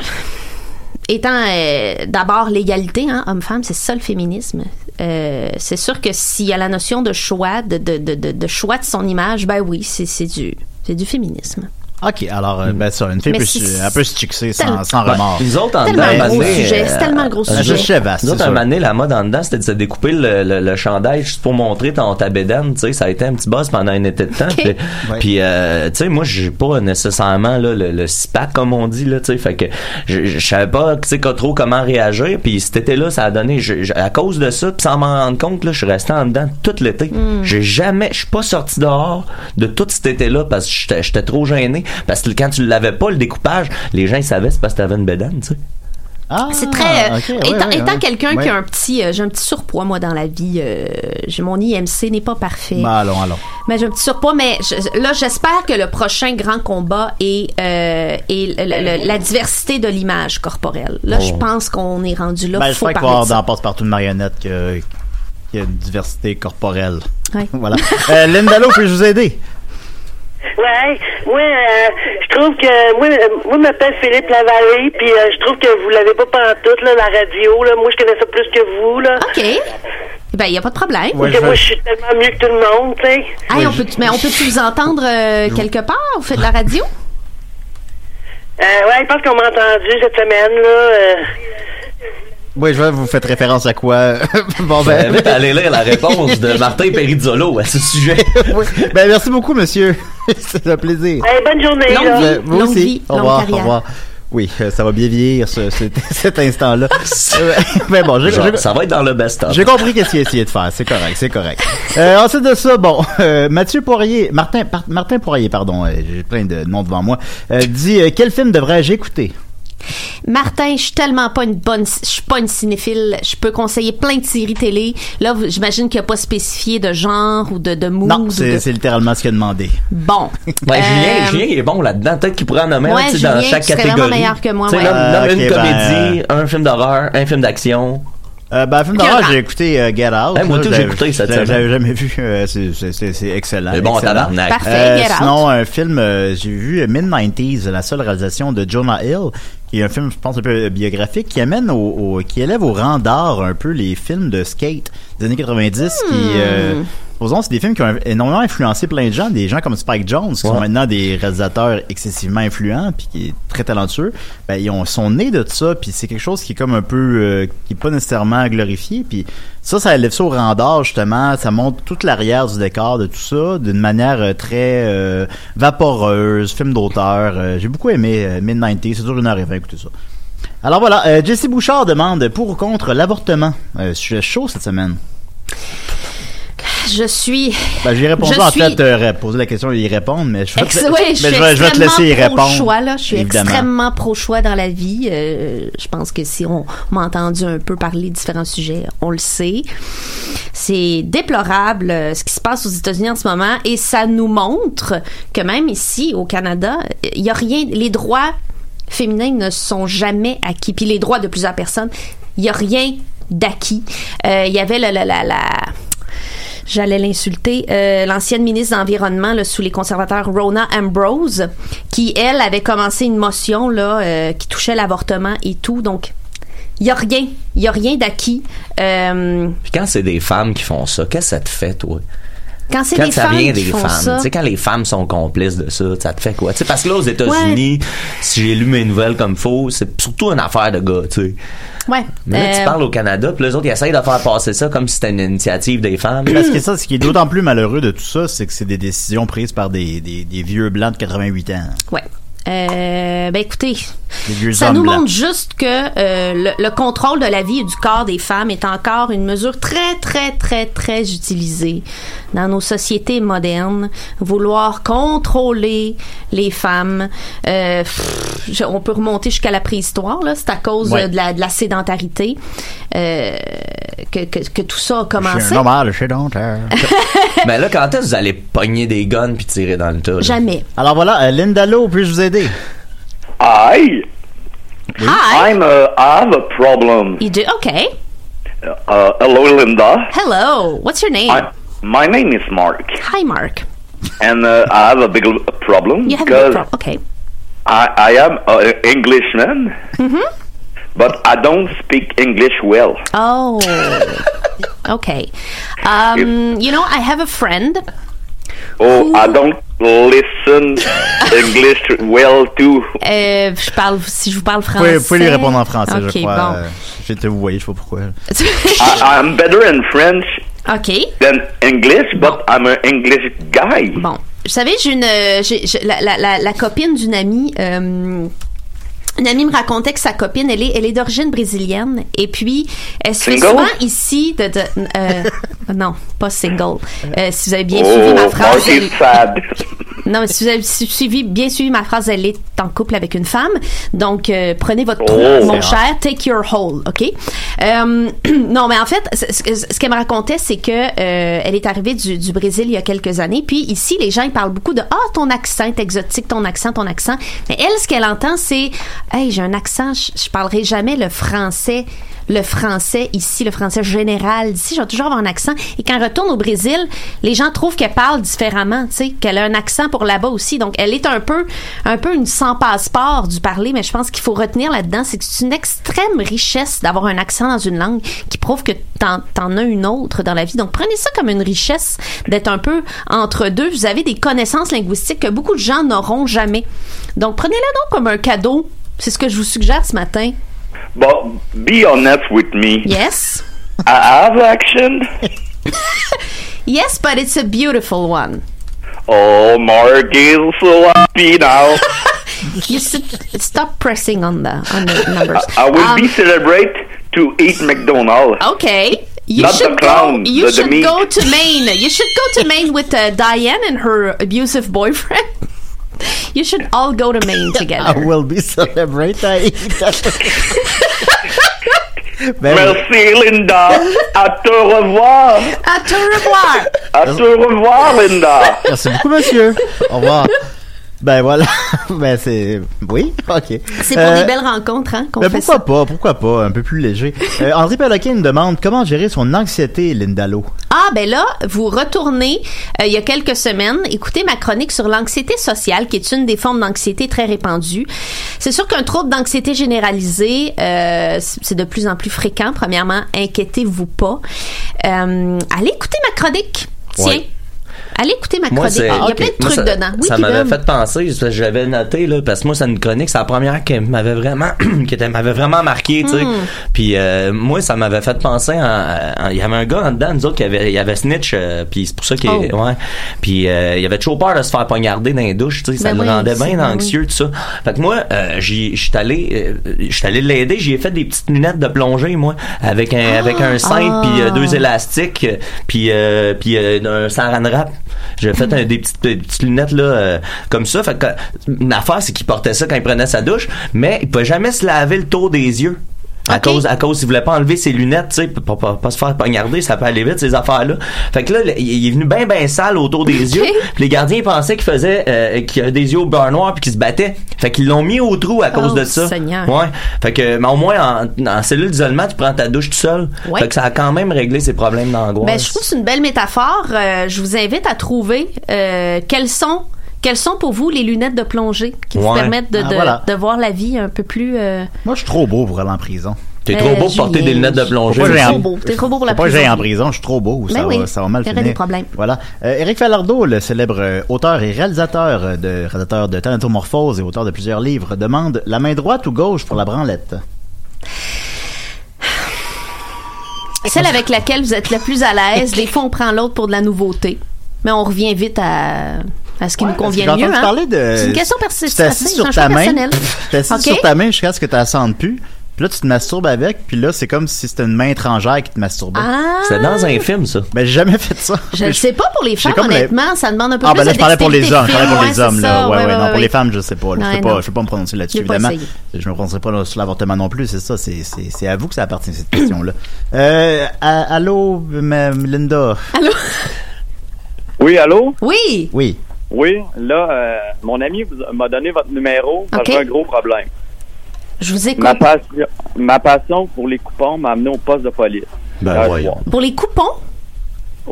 Speaker 5: étant euh, d'abord l'égalité, hein, homme-femme, c'est ça le féminisme. Euh, c'est sûr que s'il y a la notion de choix, de, de, de, de- de choix de son image, ben oui, c'est c'est du, c'est du féminisme.
Speaker 4: OK, alors, euh, ben ça, une fille
Speaker 5: Mais
Speaker 4: peut,
Speaker 5: c'est-
Speaker 4: se- elle peut se tuxer sans,
Speaker 5: tellement-
Speaker 4: sans
Speaker 6: Ben,
Speaker 4: remords.
Speaker 6: Nous autres, en
Speaker 5: Tellement
Speaker 6: dedans,
Speaker 5: un
Speaker 6: à un
Speaker 5: gros
Speaker 6: moment donné,
Speaker 5: sujet, c'est tellement un gros
Speaker 6: euh,
Speaker 5: sujet. Je sais,
Speaker 4: vaste,
Speaker 6: Nous
Speaker 4: c'est
Speaker 6: autres, à un
Speaker 4: sûr.
Speaker 6: moment donné, la mode en dedans, c'était de se découper le, le- le chandail juste pour montrer ton, ta bédane. Tu sais, ça a été un petit boss pendant un été de temps. Puis, puis, euh, tu sais, moi, j'ai pas nécessairement là, le, le six-pack, comme on dit. Là, tu sais, fait que je, je savais pas tu sais, que trop comment réagir. Puis cet été-là, ça a donné... je- je- à cause de ça, puis sans m'en rendre compte, là, je suis resté en dedans tout l'été. J'ai jamais... Je suis pas sorti dehors de tout cet été-là parce que j'étais- j'étais trop gêné. Parce que quand tu l'avais pas, le découpage, les gens, ils savaient c'est parce que t'avais une bédane, tu sais.
Speaker 4: Ah,
Speaker 5: C'est très. euh,
Speaker 4: ok, ouais,
Speaker 5: étant
Speaker 4: ouais,
Speaker 5: étant
Speaker 4: ouais.
Speaker 5: quelqu'un
Speaker 4: Ouais.
Speaker 5: qui a un petit. euh, j'ai un petit surpoids, moi, dans la vie. euh, j'ai- mon IMC n'est pas parfait.
Speaker 4: Ben, allons, allons.
Speaker 5: Mais j'ai un petit surpoids, mais je- là, j'espère que le prochain grand combat est, euh, est le- le- le- la diversité de l'image corporelle. Là, je
Speaker 4: Oh.
Speaker 5: pense qu'on est rendu là.
Speaker 4: ben, je
Speaker 5: faut
Speaker 4: crois qu'il va y
Speaker 5: parler
Speaker 4: avoir
Speaker 5: de ça.
Speaker 4: dans Passe-Partout de Marionnette que- qu'il y a une diversité corporelle.
Speaker 5: Ouais.
Speaker 4: voilà. Euh, Lindalo, puis-je vous aider?
Speaker 10: Ouais, oui, euh, je trouve que moi, euh, moi, je m'appelle Philippe Lavallée, puis euh, je trouve que vous l'avez pas pantoute là, la radio là. Moi, je connais ça plus que vous là.
Speaker 5: Ok. Ben, il n'y a pas de problème.
Speaker 10: Parce que moi, je suis tellement mieux que tout le monde, tu sais.
Speaker 5: Hey, on peut, mais on peut-tu vous entendre euh, quelque part? Vous faites de la radio?
Speaker 10: Euh, ouais, je pense qu'on m'a entendu cette semaine là. euh.
Speaker 4: Oui, je vois, vous faites référence à quoi? bon,
Speaker 6: Je
Speaker 4: ben.
Speaker 6: vais aller lire la réponse de Martin Perizzolo à ce sujet.
Speaker 4: Oui. Ben, merci beaucoup, monsieur. C'est un plaisir.
Speaker 10: Eh, bonne journée.
Speaker 4: Ben,
Speaker 10: là.
Speaker 4: vous aussi. au revoir, au revoir. Oui, euh, ça va bien vieillir, ce- ce- cet instant-là. Euh, Mais bon, j'ai-
Speaker 6: Genre,
Speaker 4: j'ai-
Speaker 6: ça va être dans le best-of.
Speaker 4: Ah, J'ai compris qu'est-ce qu'il a essayé de faire. C'est correct, c'est correct. Euh, ensuite de ça, bon, euh, Mathieu Poirier, Martin, Par- Martin Poirier, pardon, euh, j'ai plein de noms devant moi, euh, dit euh, quel film devrais-je écouter
Speaker 5: Martin, je suis tellement pas une bonne, je suis pas une cinéphile. Je peux conseiller plein de séries télé. Là, vous- j'imagine qu'il n'y a pas spécifié de genre ou de, de mood.
Speaker 4: Non,
Speaker 5: ou
Speaker 4: c'est
Speaker 5: de-
Speaker 4: c'est littéralement ce qu'il a demandé.
Speaker 5: Bon.
Speaker 6: Ben, Julien,
Speaker 5: Euh,
Speaker 6: Julien, il est bon là-dedans. Peut-être qu'il pourrait en nommer un,
Speaker 5: Ouais,
Speaker 6: tu sais, dans
Speaker 5: Julien,
Speaker 6: chaque
Speaker 5: tu serais
Speaker 6: catégorie.
Speaker 5: vraiment meilleur que moi,
Speaker 6: Tu sais,
Speaker 5: ouais.
Speaker 6: nomme-
Speaker 5: Euh,
Speaker 6: nomme
Speaker 4: ok,
Speaker 6: une
Speaker 4: ben,
Speaker 6: comédie, un film d'horreur, un film d'action.
Speaker 4: Euh, ben, film d'horreur, j'ai écouté euh, Get Out.
Speaker 6: Eh, moi,
Speaker 4: là,
Speaker 6: tout, j'ai
Speaker 4: j'avais-
Speaker 6: écouté cette
Speaker 4: j'avais-
Speaker 6: semaine.
Speaker 4: J'avais jamais vu. euh, c'est- c'est- c'est c'est excellent.
Speaker 6: Mais bon,
Speaker 4: Ah, excellent.
Speaker 6: tabarnak. Parfait,
Speaker 4: Euh,
Speaker 6: Get Out.
Speaker 4: Sinon, un film, euh, j'ai vu euh, Mid-90s, la seule réalisation de Jonah Hill, qui est un film, je pense, un peu biographique, qui amène au, au- qui élève au rang d'art un peu les films de skate des années 90, qui,
Speaker 6: Hmm.
Speaker 4: euh, supposons, c'est des films qui ont énormément influencé plein de gens, des gens comme Spike Jones, qui sont maintenant des réalisateurs excessivement influents, hein, puis qui est très talentueux. Ben, ils ont, sont nés de ça, puis c'est quelque chose qui est comme un peu, euh, qui est pas nécessairement glorifié, puis ça, ça élève ça au rang d'art, justement, ça montre toute l'arrière du décor de tout ça, d'une manière euh, très euh, vaporeuse, film d'auteur. Euh, J'ai beaucoup aimé euh, Mid-90, c'est toujours une heure et vingt, écoutez ça. Alors voilà, euh, Jesse Bouchard demande pour ou contre l'avortement. Euh, sujet chaud cette semaine.
Speaker 5: je suis.
Speaker 4: Ben, j'ai répondu
Speaker 5: Je
Speaker 4: en
Speaker 5: suis-
Speaker 4: fait, euh, ré- poser la question et y répondre, mais je vais,
Speaker 5: Ex-
Speaker 4: te-
Speaker 5: ouais,
Speaker 4: mais
Speaker 5: je suis
Speaker 4: je vais- je vais te laisser y
Speaker 5: extrêmement pro
Speaker 4: répondre.
Speaker 5: Choix, là. Je suis
Speaker 4: évidemment.
Speaker 5: extrêmement pro-choix dans la vie. Euh, je pense que si on m'a entendu un peu parler de différents sujets, on le sait. C'est déplorable euh, ce qui se passe aux États-Unis en ce moment et ça nous montre que même ici, au Canada, il n'y a rien. Les droits féminins ne sont jamais acquis. Puis les droits de plusieurs personnes, il n'y a rien d'acquis. Euh, Il y avait la- la- la, la j'allais l'insulter, euh, l'ancienne ministre de l'Environnement là, sous les conservateurs Rona Ambrose, qui, elle, avait commencé une motion là, euh, qui touchait l'avortement et tout. Donc, il n'y a rien. Il n'y a rien d'acquis. Euh,
Speaker 6: Puis quand c'est des femmes qui font ça, qu'est-ce que ça te fait, toi?
Speaker 5: quand c'est
Speaker 6: Quand
Speaker 5: des
Speaker 6: ça
Speaker 5: femmes
Speaker 6: vient
Speaker 5: qui
Speaker 6: des
Speaker 5: font
Speaker 6: femmes,
Speaker 5: ça...
Speaker 6: tu sais, quand les femmes sont complices de ça, ça te fait quoi? Tu sais, parce que là, aux États-Unis, si j'ai lu mes nouvelles comme faux, c'est surtout une affaire de gars, tu sais.
Speaker 5: Ouais.
Speaker 6: Mais là,
Speaker 5: Euh,
Speaker 6: tu parles au Canada, puis les autres, ils essayent de faire passer ça comme si c'était une initiative des femmes.
Speaker 4: Parce que ça, ce qui est d'autant plus malheureux de tout ça, c'est que c'est des décisions prises par des, des, des vieux blancs de 88 ans.
Speaker 5: Ouais. Euh, ben écoutez,
Speaker 4: Les vieux
Speaker 5: ça
Speaker 4: hommes
Speaker 5: nous
Speaker 4: blancs.
Speaker 5: montre juste que euh, le, le contrôle de la vie et du corps des femmes est encore une mesure très, très, très, très utilisée dans nos sociétés modernes. Vouloir contrôler les femmes, euh, pff, je- on peut remonter jusqu'à la préhistoire, là. c'est à cause
Speaker 4: Ouais.
Speaker 5: euh, de, la, de la sédentarité euh, que, que, que tout ça a
Speaker 4: Je suis
Speaker 5: commencé.
Speaker 4: un normal, je sais donc. euh.
Speaker 6: Mais là, quand est-ce que vous allez pogner des guns puis tirer dans le tas? là?
Speaker 5: Jamais.
Speaker 4: Alors voilà, euh, Linda Lowe, puis-je vous aider?
Speaker 9: Hi. I'm uh, I have a problem.
Speaker 5: You do? Okay.
Speaker 9: Um, Uh, hello, Linda.
Speaker 5: Hello. What's your name?
Speaker 9: I, my name is Mark,
Speaker 5: Hi, Mark.
Speaker 9: and uh, I have a big l- problem
Speaker 5: You have a
Speaker 9: because
Speaker 5: big problem. Okay.
Speaker 9: I, I am an Englishman,
Speaker 5: Mm-hmm.
Speaker 9: but I don't speak English well.
Speaker 5: Oh. okay. Um, you know, I have a friend.
Speaker 9: Oh, I don't listen English well too.
Speaker 5: Euh, je parle, si je vous parle
Speaker 4: Vous
Speaker 5: français.
Speaker 4: pouvez, vous pouvez lui répondre en français,
Speaker 5: Ok,
Speaker 4: je crois.
Speaker 5: bon.
Speaker 4: euh, J'ai été vous voyez, je sais pas pourquoi.
Speaker 9: I, I'm better in French
Speaker 5: OK.
Speaker 9: than English, but I'm an English guy.
Speaker 5: Bon. Vous savez, j'ai une, euh, j'ai- j'ai- la, la- la- la copine d'une amie. euh, une amie me racontait que sa copine, elle est, elle est d'origine brésilienne. Et puis, elle se fait
Speaker 9: Single?
Speaker 5: souvent ici de. de- euh, non, pas single. Euh, si vous avez bien suivi
Speaker 9: oh,
Speaker 5: ma phrase.
Speaker 9: Mark is sad.
Speaker 5: Non, mais si vous avez su- suivi, bien suivi ma phrase, elle est en couple avec une femme. Donc, euh, prenez votre trou,
Speaker 9: Oh.
Speaker 5: mon cher. Take your hole, OK? Euh, non, mais en fait, ce, ce- ce qu'elle me racontait, c'est que euh, elle est arrivée du, du Brésil il y a quelques années. Puis ici, les gens, ils parlent beaucoup de « Ah, ton accent est exotique, ton accent, ton accent. » Mais elle, ce qu'elle entend, c'est « Hey, j'ai un accent, je, je parlerai jamais le français. » le français ici, le français général d'ici. Je vais toujours avoir un accent. Et quand elle retourne au Brésil, les gens trouvent qu'elle parle différemment, tu sais, qu'elle a un accent pour là-bas aussi. Donc, elle est un peu, un peu une sans passeport du parler, mais je pense qu'il faut retenir là-dedans, c'est que c'est une extrême richesse d'avoir un accent dans une langue qui prouve que t'en, t'en as une autre dans la vie. Donc, prenez ça comme une richesse d'être un peu entre deux. Vous avez des connaissances linguistiques que beaucoup de gens n'auront jamais. Donc, prenez-la donc comme un cadeau. C'est ce que je vous suggère ce matin.
Speaker 9: But be honest with me.
Speaker 5: Yes?
Speaker 9: I have action.
Speaker 5: Yes, but it's a beautiful one.
Speaker 9: Oh, Mark is so happy now.
Speaker 5: You should stop pressing on the on the numbers.
Speaker 9: I will
Speaker 5: Um,
Speaker 9: be celebrate to eat McDonald's.
Speaker 5: Okay. You
Speaker 9: Not the
Speaker 5: should
Speaker 9: clown,
Speaker 5: go. You
Speaker 9: the- the
Speaker 5: should
Speaker 9: meat.
Speaker 5: go to Maine. You should go to Maine with uh, Diane and her abusive boyfriend. You should all go to Maine
Speaker 4: I
Speaker 5: together.
Speaker 4: will be celebrated. Ben oui.
Speaker 9: Merci, Linda. À te revoir.
Speaker 5: À te revoir.
Speaker 9: À te revoir, Linda.
Speaker 4: Merci beaucoup, monsieur. Au revoir. Ben voilà. ben c'est. Oui? OK.
Speaker 5: C'est pour
Speaker 4: Euh,
Speaker 5: des belles rencontres, hein, qu'on
Speaker 4: ben
Speaker 5: fait
Speaker 4: pourquoi
Speaker 5: ça.
Speaker 4: pas, pourquoi pas, un peu plus léger. Euh, André Péloquin nous demande comment gérer son anxiété, Linda Lowe.
Speaker 5: Ah, ben là, vous retournez euh, il y a quelques semaines, écoutez ma chronique sur l'anxiété sociale, qui est une des formes d'anxiété très répandue. C'est sûr qu'un trouble d'anxiété généralisée, euh, c- c'est de plus en plus fréquent. Premièrement, inquiétez-vous pas. Euh, allez écouter ma chronique. Tiens.
Speaker 6: Ouais.
Speaker 5: Allez écouter ma
Speaker 6: Moi,
Speaker 5: chronique.
Speaker 6: c'est. Ah,
Speaker 5: Il y a
Speaker 6: ok.
Speaker 5: plein de
Speaker 6: Moi,
Speaker 5: trucs
Speaker 6: ça-
Speaker 5: dedans. Oui,
Speaker 6: ça
Speaker 5: Kevin?
Speaker 6: m'avait fait penser, parce que je l'avais noté, là, parce que moi, c'est une chronique, c'est la première qui m'avait vraiment, qui était- m'avait vraiment marqué, tu sais.
Speaker 5: Mm.
Speaker 6: Puis, euh, moi, ça m'avait fait penser en- en- Il y avait un gars en dedans, nous autres, qui avait, il avait snitch, euh, puis c'est pour ça qu'il.
Speaker 5: Oh.
Speaker 6: Ouais. Puis, euh, il avait toujours peur de se faire poignarder dans les douches, tu sais. ça
Speaker 5: Ben
Speaker 6: le
Speaker 5: oui,
Speaker 6: rendait
Speaker 5: c'est-
Speaker 6: bien
Speaker 5: ben oui.
Speaker 6: anxieux, tout ça. Fait que moi, euh, j'y- j'étais allé, euh, j'étais allé l'aider, j'y ai fait des petites lunettes de plongée, moi, avec un, avec un cintre,
Speaker 5: Ah.
Speaker 6: puis euh, deux élastiques, euh, puis, euh, puis euh, un saran wrap. J'ai fait un- des, petites, des petites lunettes là euh, comme ça. Fait que l'affaire, c'est qu'il portait ça quand il prenait sa douche, mais il pouvait jamais se laver le tour des yeux. À cause, à cause, il voulait pas enlever ses lunettes, tu sais, pour pour- pour pas se faire poignarder, ça peut aller vite, ces affaires-là. Fait que là, le- il il est venu bien, bien sale autour des yeux. Puis les gardiens pensaient qu'il faisait, euh, qu'il avait des yeux au beurre noir puis qu'il se battait. Fait qu'ils l'ont mis au trou à cause
Speaker 5: Oh,
Speaker 6: de ça.
Speaker 5: Seigneur.
Speaker 6: Ouais. Fait que, mais au moins, en, en cellule d'isolement, tu prends ta douche tout seul.
Speaker 5: Ouais.
Speaker 6: Fait que ça a quand même réglé ses problèmes d'angoisse.
Speaker 5: Ben, je trouve que c'est une belle métaphore. Euh, je vous invite à trouver euh, quelles sont quelles sont pour vous les lunettes de plongée qui vous
Speaker 6: Ouais.
Speaker 5: permettent de,
Speaker 4: Ah,
Speaker 5: de-
Speaker 4: voilà.
Speaker 5: de voir la vie un peu plus. euh,
Speaker 4: Moi, je suis trop beau pour aller en prison.
Speaker 6: T'es trop
Speaker 5: Euh,
Speaker 6: beau pour porter
Speaker 5: Julien,
Speaker 6: des lunettes de plongée.
Speaker 4: Faut pas que
Speaker 6: aussi.
Speaker 4: j'aille
Speaker 5: trop
Speaker 4: en-
Speaker 5: beau. T'es trop beau pour la
Speaker 4: faut pas que j'aille
Speaker 5: prison.
Speaker 4: en prison, je suis trop beau, ça,
Speaker 5: Ben oui,
Speaker 4: va, ça va mal
Speaker 5: t'aurais
Speaker 4: finir.
Speaker 5: des problèmes.
Speaker 4: Voilà. Euh, Éric Falardeau, le célèbre euh, auteur et réalisateur euh, de réalisateur de Thanatomorphose et auteur de plusieurs livres, demande la main droite ou gauche pour la branlette.
Speaker 5: Celle avec laquelle vous êtes la plus à l'aise. Des fois, on prend l'autre pour de la nouveauté, mais on revient vite à à ce qui nous
Speaker 4: Parce que
Speaker 5: convient
Speaker 4: J'ai
Speaker 5: mieux.
Speaker 4: entendu
Speaker 5: hein.
Speaker 4: parler de.
Speaker 5: C'est une question
Speaker 4: tu
Speaker 5: persistante.
Speaker 4: t'assis
Speaker 5: C'est
Speaker 4: sur
Speaker 5: un
Speaker 4: ta
Speaker 5: choix
Speaker 4: main.
Speaker 5: personnel.
Speaker 4: Tu t'assis
Speaker 5: OK?
Speaker 4: sur ta main jusqu'à ce que tu la sentes plus. Puis là, tu te masturbes avec. Puis là, c'est comme si c'était une main étrangère qui te masturbait.
Speaker 5: Ah!
Speaker 6: C'était dans un film, ça.
Speaker 4: Ben, j'ai jamais fait ça.
Speaker 5: Je ne sais pas pour les femmes,
Speaker 4: comme le-
Speaker 5: honnêtement, ça demande un peu
Speaker 4: Ah,
Speaker 5: plus
Speaker 4: ben là,
Speaker 5: de
Speaker 4: je parlais pour les hommes. Je
Speaker 5: dextérité
Speaker 4: parlais pour
Speaker 5: de
Speaker 4: les
Speaker 5: film,
Speaker 4: hommes,
Speaker 5: ouais,
Speaker 4: là.
Speaker 5: c'est ça.
Speaker 4: Ouais, ouais, non. Pour les
Speaker 5: ouais.
Speaker 4: femmes, je sais pas. là. Je
Speaker 5: Ouais,
Speaker 4: peux pas,
Speaker 5: non.
Speaker 4: je peux pas me prononcer là-dessus,
Speaker 5: J'ai pas
Speaker 4: évidemment.
Speaker 5: essayé.
Speaker 4: Je me prononcerai pas sur l'avortement non plus, c'est ça. C'est, c'est, c'est à vous que ça appartient, cette question-là. Euh, à- allô, Mme Linda.
Speaker 11: Oui, allô?
Speaker 5: Oui.
Speaker 4: Oui.
Speaker 11: Oui, là, euh, mon ami vous- m'a donné votre numéro parce que
Speaker 5: Ok.
Speaker 11: j'ai un gros problème.
Speaker 5: Je vous écoute.
Speaker 11: Ma passion, ma passion pour les coupons m'a amené au poste de police. Euh,
Speaker 4: Ben, voyons.
Speaker 5: Pour les coupons?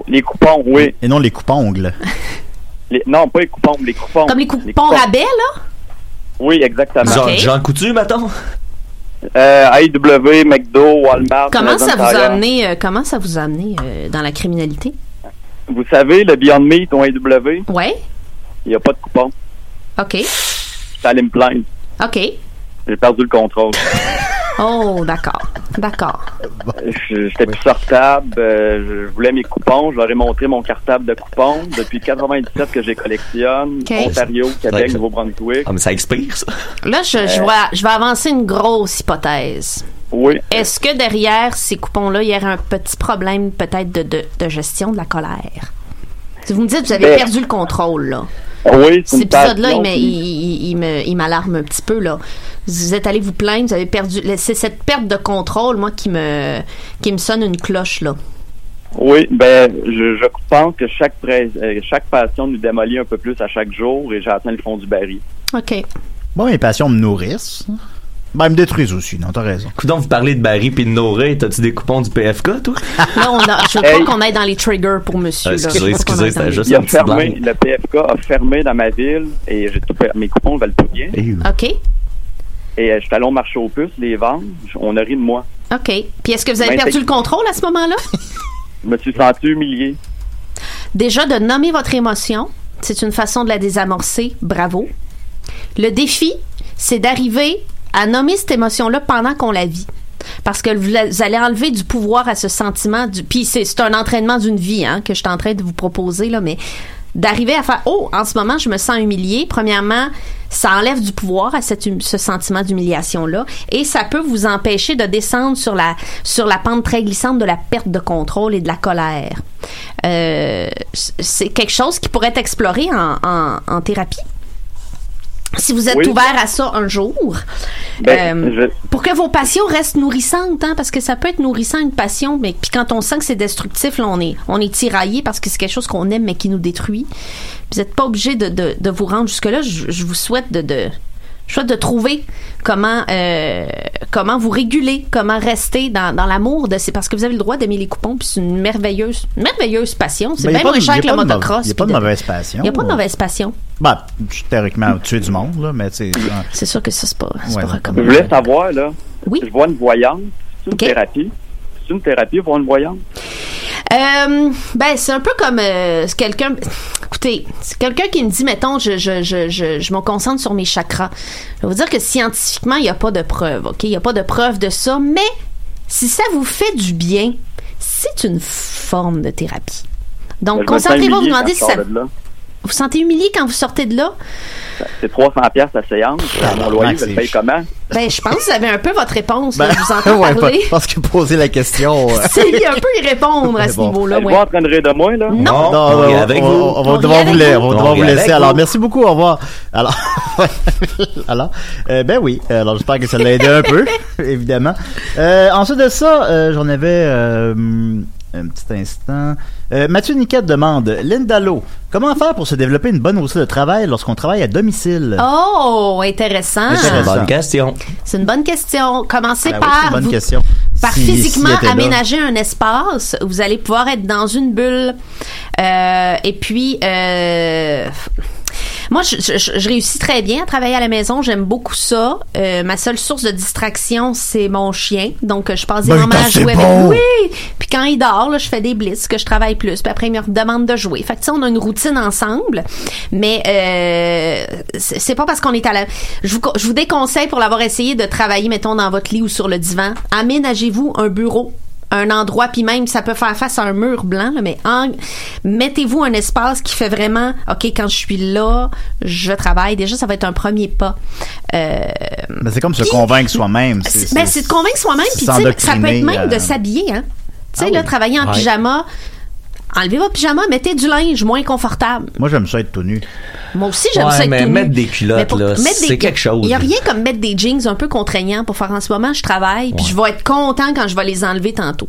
Speaker 11: Les coupons, oui.
Speaker 4: Et non les coupongles.
Speaker 11: Les- non, pas les coupons, les coupons.
Speaker 5: Comme les coupons rabais, là?
Speaker 11: Oui, exactement.
Speaker 5: Genre Ok. Jean
Speaker 6: Coutu, mettons?
Speaker 11: Euh, AEW, McDo, Walmart.
Speaker 5: Comment
Speaker 11: Amazon
Speaker 5: ça vous a
Speaker 11: Tire.
Speaker 5: amené, euh, comment ça vous a amené euh, dans la criminalité?
Speaker 11: Vous savez, le Beyond Meat, ton AEW,
Speaker 5: Ouais.
Speaker 11: il n'y a pas de coupons.
Speaker 5: OK.
Speaker 11: T'allais me plaindre.
Speaker 5: OK.
Speaker 11: J'ai perdu le contrôle.
Speaker 5: Oh, d'accord. D'accord.
Speaker 11: Je- J'étais plus sortable. euh, je voulais mes coupons. Je leur ai montré mon cartable de coupons depuis 97 que j'ai collectionne.
Speaker 5: Ok.
Speaker 11: Ontario, Québec, Nouveau-Brunswick.
Speaker 6: Ah, mais ça expire, ça.
Speaker 5: Là, je, je,
Speaker 11: Euh.
Speaker 5: vois- je vais avancer une grosse hypothèse.
Speaker 11: Oui.
Speaker 5: Est-ce que derrière ces coupons-là, il y a un petit problème peut-être de, de- de gestion de la colère? Si vous me dites que vous avez
Speaker 11: Ben,
Speaker 5: perdu le contrôle, là.
Speaker 11: Oui, c'est
Speaker 5: Cet
Speaker 11: une
Speaker 5: épisode-là, il
Speaker 11: passion,
Speaker 5: me- il,
Speaker 11: puis-
Speaker 5: il- il me- il m'alarme un petit peu, là. Vous êtes allé vous plaindre, vous avez perdu. C'est cette perte de contrôle, moi, qui me, qui me sonne une cloche, là.
Speaker 11: Oui, ben, je, je pense que chaque, pré- euh, chaque passion nous démolit un peu plus à chaque jour et j'ai atteint le fond du baril.
Speaker 5: OK.
Speaker 4: Bon, mes passions me nourrissent. Ben, ils me détruisent aussi, non, t'as raison.
Speaker 6: Coudon, vous parlez de Barry puis de Nora. T'as-tu des coupons du PFK, toi?
Speaker 5: Là, on a, je veux
Speaker 11: Hey.
Speaker 5: pas qu'on aille dans les triggers pour monsieur. là.
Speaker 6: Ah, excusez,
Speaker 5: Ah, Je veux pas qu'on
Speaker 6: excusez,
Speaker 5: aille dans
Speaker 6: c'était
Speaker 5: les-
Speaker 6: juste
Speaker 11: Il a
Speaker 6: une petite
Speaker 11: fermé, le PFK a fermé dans ma ville et j'ai tout per- mes coupons valent plus rien.
Speaker 5: OK.
Speaker 11: Hum. Et euh, je suis allé au marché aux puces, les vendre. J- On a ri de moi.
Speaker 5: OK. Puis est-ce que vous avez
Speaker 11: Ben,
Speaker 5: perdu
Speaker 11: c'est-
Speaker 5: le contrôle à ce moment-là?
Speaker 11: Je me suis senti humilié.
Speaker 5: Déjà, de nommer votre émotion, c'est une façon de la désamorcer. Bravo. Le défi, c'est d'arriver à nommer cette émotion-là pendant qu'on la vit. Parce que vous la- vous allez enlever du pouvoir à ce sentiment. Du... Puis c'est c'est un entraînement d'une vie hein, que je suis en train de vous proposer, là, mais d'arriver à faire Oh, en ce moment, je me sens humilié. Premièrement, ça enlève du pouvoir à cette hum- ce sentiment d'humiliation-là et ça peut vous empêcher de descendre sur la, sur la pente très glissante de la perte de contrôle et de la colère. Euh, c- c'est quelque chose qui pourrait être exploré en, en- en thérapie. Si vous êtes
Speaker 11: Oui.
Speaker 5: ouvert à ça un jour,
Speaker 11: Ben,
Speaker 5: euh,
Speaker 11: je-
Speaker 5: pour que vos passions restent nourrissantes, hein, parce que ça peut être nourrissant une passion, mais puis quand on sent que c'est destructif, là, on est, on est tiraillé parce que c'est quelque chose qu'on aime mais qui nous détruit. Vous n'êtes pas obligé de, de- de vous rendre jusque-là. Je, je vous souhaite de, de, je souhaite de trouver comment, euh, comment vous réguler, comment rester dans, dans l'amour de c'est parce que vous avez le droit d'aimer les coupons, puis c'est une merveilleuse, merveilleuse passion. C'est
Speaker 4: Ben, y a
Speaker 5: bien
Speaker 4: pas
Speaker 5: moins
Speaker 4: de- y
Speaker 5: cher
Speaker 4: a
Speaker 5: que le
Speaker 4: pas de mau-
Speaker 5: motocross.
Speaker 4: y a pas
Speaker 5: puis
Speaker 4: de mauvaise passion.
Speaker 5: Il n'y a pas de mauvaise passion.
Speaker 4: Ben, théoriquement, tuer du monde, là, mais tu sais.
Speaker 5: C'est sûr que ça, c'est pas,
Speaker 4: ouais, pas
Speaker 11: Je voulais savoir, là. Je vois une voyante. C'est une
Speaker 5: Ok.
Speaker 11: thérapie. C'est une thérapie, voir une voyante.
Speaker 5: Euh, ben, c'est un peu comme euh, c'est quelqu'un. Écoutez, c'est quelqu'un qui me dit, mettons, je, je, je, je, je me concentre sur mes chakras. Je vais vous dire que scientifiquement, il n'y a pas de preuve, OK? Il n'y a pas de preuve de ça, mais si ça vous fait du bien, c'est une forme de thérapie.
Speaker 11: Je
Speaker 5: Donc,
Speaker 11: me sens
Speaker 5: concentrez-vous, vous
Speaker 11: humilié
Speaker 5: demandez si
Speaker 11: quand je
Speaker 5: ça.
Speaker 11: sors de là.
Speaker 5: Vous sentez humilié quand vous sortez de là?
Speaker 11: C'est 300 pièces la séance. Mon loyer, je le paye comment?
Speaker 5: Ben, je pense que vous avez un peu votre réponse, là,
Speaker 4: Ben,
Speaker 5: je vous entends
Speaker 4: ouais,
Speaker 5: parler.
Speaker 4: pa- parce que poser la question. euh,
Speaker 5: C'est un peu y répondre à ce
Speaker 4: Bon.
Speaker 5: niveau-là,
Speaker 4: Elle
Speaker 5: ouais.
Speaker 4: va
Speaker 11: en train de rire de moi, là?
Speaker 5: Non,
Speaker 4: Non, non,
Speaker 5: on rit
Speaker 4: on-
Speaker 5: avec
Speaker 4: on-
Speaker 5: vous.
Speaker 4: on va
Speaker 5: On
Speaker 4: devoir
Speaker 5: rit
Speaker 4: vous,
Speaker 5: avec
Speaker 4: la-
Speaker 5: vous.
Speaker 4: on va
Speaker 5: On
Speaker 4: devoir
Speaker 5: rit
Speaker 4: vous
Speaker 5: avec
Speaker 4: laisser.
Speaker 5: vous.
Speaker 4: Alors, merci beaucoup. Au revoir. Alors, alors euh, ben oui. Alors, j'espère que ça l'a aidé un peu, évidemment. Euh, ensuite de ça, euh, j'en avais euh, un petit instant. Euh, Mathieu Niquette demande Linda Lowe, comment faire pour se développer une bonne routine de travail lorsqu'on travaille à domicile
Speaker 5: Oh, intéressant.
Speaker 4: Intéressant.
Speaker 6: question.
Speaker 5: C'est une bonne question. Commencez
Speaker 4: Ben oui, c'est
Speaker 5: par
Speaker 4: une bonne
Speaker 5: vous-
Speaker 4: question.
Speaker 5: par
Speaker 4: Si-
Speaker 5: physiquement
Speaker 4: s'il était là.
Speaker 5: aménager un espace où vous allez pouvoir être dans une bulle. Euh, et puis, euh, moi, je, je- je- je réussis très bien à travailler à la maison. J'aime beaucoup ça. Euh, ma seule source de distraction, c'est mon chien. Donc, euh, je passe
Speaker 12: Ben,
Speaker 5: énormément
Speaker 12: t'as
Speaker 5: à jouer
Speaker 12: fait
Speaker 5: avec
Speaker 12: bon.
Speaker 5: Oui! Puis quand il dort, là, je fais des blitz, que je travaille plus. Puis après, il me redemande de jouer. Fait que, tu sais, on a une routine ensemble. Mais euh, c'est c'est pas parce qu'on est à la... Je vous, co- je vous déconseille, pour l'avoir essayé, de travailler, mettons, dans votre lit ou sur le divan. Aménagez-vous un bureau un endroit, puis même ça peut faire face à un mur blanc, là, mais en- mettez-vous un espace qui fait vraiment, OK, quand je suis là, je travaille. Déjà, ça va être un premier pas. Euh,
Speaker 4: Ben, c'est comme se convaincre soi-même.
Speaker 5: c'est- ben, c'est de convaincre soi-même,
Speaker 4: c'est
Speaker 5: puis tu sais, ça peut
Speaker 4: s'endoctriner,
Speaker 5: être même de
Speaker 4: euh, Ah
Speaker 5: s'habiller, hein. Tu sais, là, travailler en
Speaker 4: Ouais.
Speaker 5: pyjama, enlevez votre pyjama, mettez du linge moins confortable.
Speaker 4: Moi, j'aime ça être tout nu.
Speaker 5: Moi aussi, j'aime
Speaker 4: Ouais,
Speaker 5: ça être
Speaker 4: mais
Speaker 5: tout nu.
Speaker 4: mettre des culottes,
Speaker 5: Mais pour-
Speaker 4: là,
Speaker 5: mettre
Speaker 4: c'est
Speaker 5: des-
Speaker 4: quelque chose.
Speaker 5: Il n'y a rien comme mettre des jeans un peu contraignants pour faire en ce moment. Je travaille, puis je vais être content quand je vais les enlever tantôt.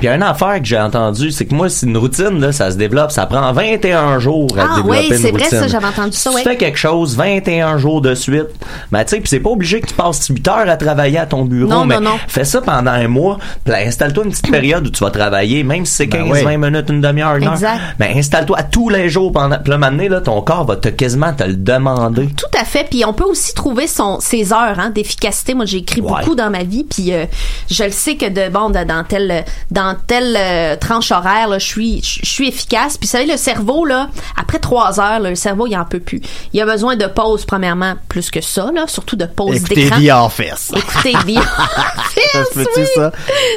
Speaker 6: Puis une affaire que j'ai entendue, c'est que moi, c'est une routine, là, ça se développe. Ça prend 21 jours à
Speaker 5: Ah
Speaker 6: développer
Speaker 5: oui,
Speaker 6: une
Speaker 5: c'est vrai,
Speaker 6: routine.
Speaker 5: ça, j'avais entendu ça,
Speaker 6: Si
Speaker 5: ouais.
Speaker 6: tu fais quelque chose 21 jours de suite, ben, tu sais, puis c'est pas obligé que tu passes 8 heures à travailler à ton bureau,
Speaker 5: Non,
Speaker 6: mais
Speaker 5: non, non.
Speaker 6: fais ça pendant un mois, puis là, installe-toi une petite période où tu vas travailler, même si c'est 15,
Speaker 5: oui.
Speaker 6: 20 minutes, une demi-heure, une heure.
Speaker 5: Exact.
Speaker 6: Ben, installe-toi tous les jours pendant. Puis là, maintenant, là, ton corps va te quasiment te le demander.
Speaker 5: Tout à fait. Puis on peut aussi trouver son, ses heures hein, d'efficacité. Moi, j'ai écrit
Speaker 6: Ouais.
Speaker 5: beaucoup dans ma vie. Puis euh, je le sais que de bon, de- dans telle, dans telle euh, tranche horaire, là, je suis, je je suis efficace. Puis vous savez, le cerveau là, après trois heures, là, le cerveau il en peut plus. Il a besoin de pause premièrement, plus que ça là, surtout de pause
Speaker 4: Écoutez
Speaker 5: d'écran.
Speaker 4: The Office.
Speaker 5: Écoutez The Office,
Speaker 4: Ça se peut-tu,
Speaker 5: oui.
Speaker 4: ça?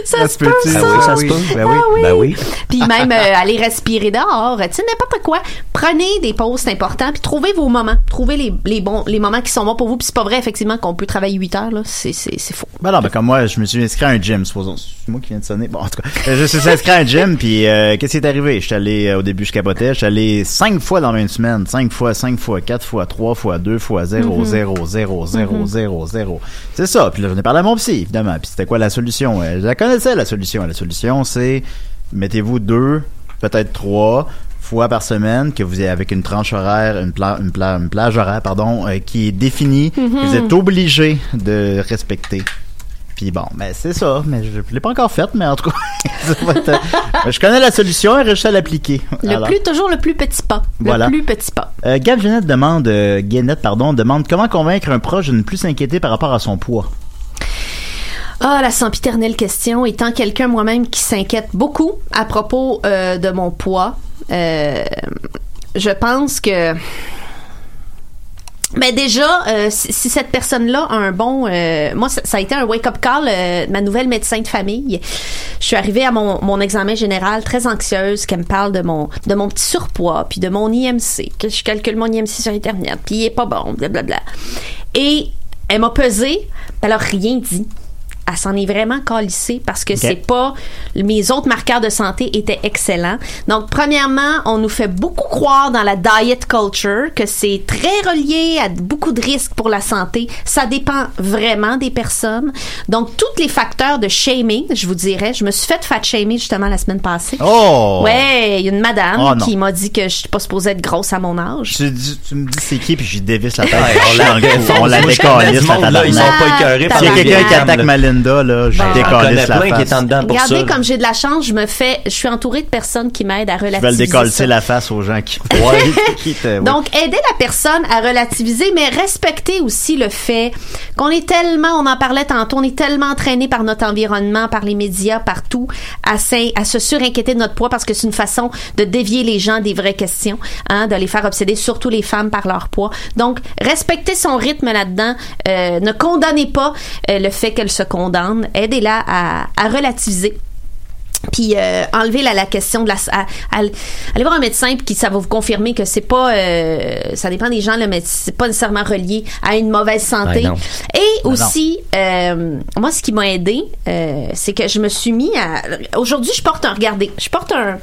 Speaker 5: Ça se
Speaker 4: peut-tu,
Speaker 5: peut, ça?
Speaker 4: Ah oui, Ben oui. Ben oui.
Speaker 5: Puis même euh, aller respirer dehors, tu sais, n'importe quoi. Prenez des pauses, c'est important. Puis trouvez vos moments. Trouvez les, les bons, les moments qui sont bons pour vous. Puis c'est pas vrai, effectivement, qu'on peut travailler 8 heures, là. C'est, c'est, c'est faux.
Speaker 4: Ben non, ben comme moi, je me suis inscrit à un gym, supposons. C'est moi qui viens de sonner. Bon, en tout cas, euh, je suis inscrit à un gym, puis euh, qu'est-ce qui est arrivé? Je suis allé, euh, au début, je capotais. Je suis allé cinq fois dans une semaine. Cinq fois, cinq fois, quatre fois, trois fois, deux fois, zéro,
Speaker 13: Mhm.
Speaker 4: zéro, zéro, zéro,
Speaker 13: Mhm.
Speaker 4: zéro, zéro. C'est ça. Puis là, j'en ai parlé à mon psy, évidemment. Puis c'était quoi la solution? Euh, Je la connaissais, la solution. La solution, c'est mettez-vous deux, peut-être trois fois par semaine que vous avez avec une tranche horaire, une, pla- une, pla- une plage horaire, pardon, euh, qui est définie. que Vous
Speaker 13: Mhm.
Speaker 4: êtes obligé de respecter. Puis bon, ben c'est ça. Mais je, je l'ai pas encore faite, mais en tout cas, ça va être, euh, je connais la solution et je sais l'appliquer.
Speaker 5: Le
Speaker 4: Alors,
Speaker 5: plus, toujours le plus petit pas.
Speaker 4: Voilà.
Speaker 5: Le plus petit pas.
Speaker 4: euh, Gab Genette demande, euh, Guénette, pardon, demande comment convaincre un proche de ne plus s'inquiéter par rapport à son poids.
Speaker 5: Ah, la sempiternelle question. Étant quelqu'un moi-même qui s'inquiète beaucoup à propos euh, de mon poids, euh, je pense que. Mais déjà, euh, si, si cette personne-là a un bon, euh, moi ça, ça a été un wake-up call. euh, ma nouvelle médecin de famille, je suis arrivée à mon, mon examen général très anxieuse, qu'elle me parle de mon de mon petit surpoids, puis de mon IMC, que je calcule mon IMC sur internet, puis il est pas bon, blablabla. Et elle m'a pesé, puis elle a rien dit. Elle s'en est vraiment calissée parce que
Speaker 12: Ok.
Speaker 5: c'est pas mes autres marqueurs de santé étaient excellents. Donc premièrement, on nous fait beaucoup croire dans la diet culture que c'est très relié à beaucoup de risques pour la santé. Ça dépend vraiment des personnes. Donc tous les facteurs de shaming, je vous dirais, je me suis fait fat shamer justement la semaine passée.
Speaker 4: Oh!
Speaker 5: Ouais, il y a une madame
Speaker 4: Oh non.
Speaker 5: qui m'a dit que je suis pas supposée être grosse à mon âge.
Speaker 4: Tu, dis- tu me dis c'est qui, puis j'y dévisse la tête.
Speaker 6: Ouais,
Speaker 4: je suis dans le
Speaker 6: on la
Speaker 4: coup. on la
Speaker 6: défonce.
Speaker 4: décalisse,
Speaker 6: Ce
Speaker 4: la
Speaker 6: monde-là, ils sont
Speaker 4: tabarnak.
Speaker 6: pas écœurés
Speaker 4: S'il
Speaker 6: par
Speaker 4: y a
Speaker 6: les
Speaker 4: quelqu'un qui
Speaker 6: Vietnam,
Speaker 4: attaque
Speaker 6: là. Ah,
Speaker 4: Malinda, là, je
Speaker 6: Bon. J'en
Speaker 4: décalisse
Speaker 6: connais
Speaker 4: la
Speaker 6: plein qui
Speaker 4: face.
Speaker 6: est en dedans pour
Speaker 5: Regardez
Speaker 6: ça.
Speaker 5: comme j'ai de la chance, je me fais, je suis entourée de personnes qui m'aident à
Speaker 4: Ils veulent
Speaker 5: relativiser. ça.
Speaker 4: décalisser la face aux gens qui, qui te- oui.
Speaker 5: Donc, aider la personne à relativiser, mais respecter aussi le fait qu'on est tellement, on en parlait tantôt, on est tellement entraîné par notre environnement, par les médias, partout, à, s'in- à se surinquiéter de notre poids parce que c'est une façon de dévier les gens des vraies questions, hein, de les faire obséder, surtout les femmes, par leur poids. Donc, respecter son rythme là-dedans, euh, ne condamnez pas euh, le fait qu'elle se condamne, aidez-la à- à relativiser puis euh, enlever la, la question de la à- à- allez voir un médecin puis qui ça va vous confirmer que c'est pas euh, ça dépend des gens là mais c'est pas nécessairement relié à une mauvaise santé
Speaker 12: Ben non.
Speaker 5: et
Speaker 12: Ben
Speaker 5: aussi euh, moi ce qui m'a aidé euh, c'est que je me suis mis à aujourd'hui je porte un regardez je porte un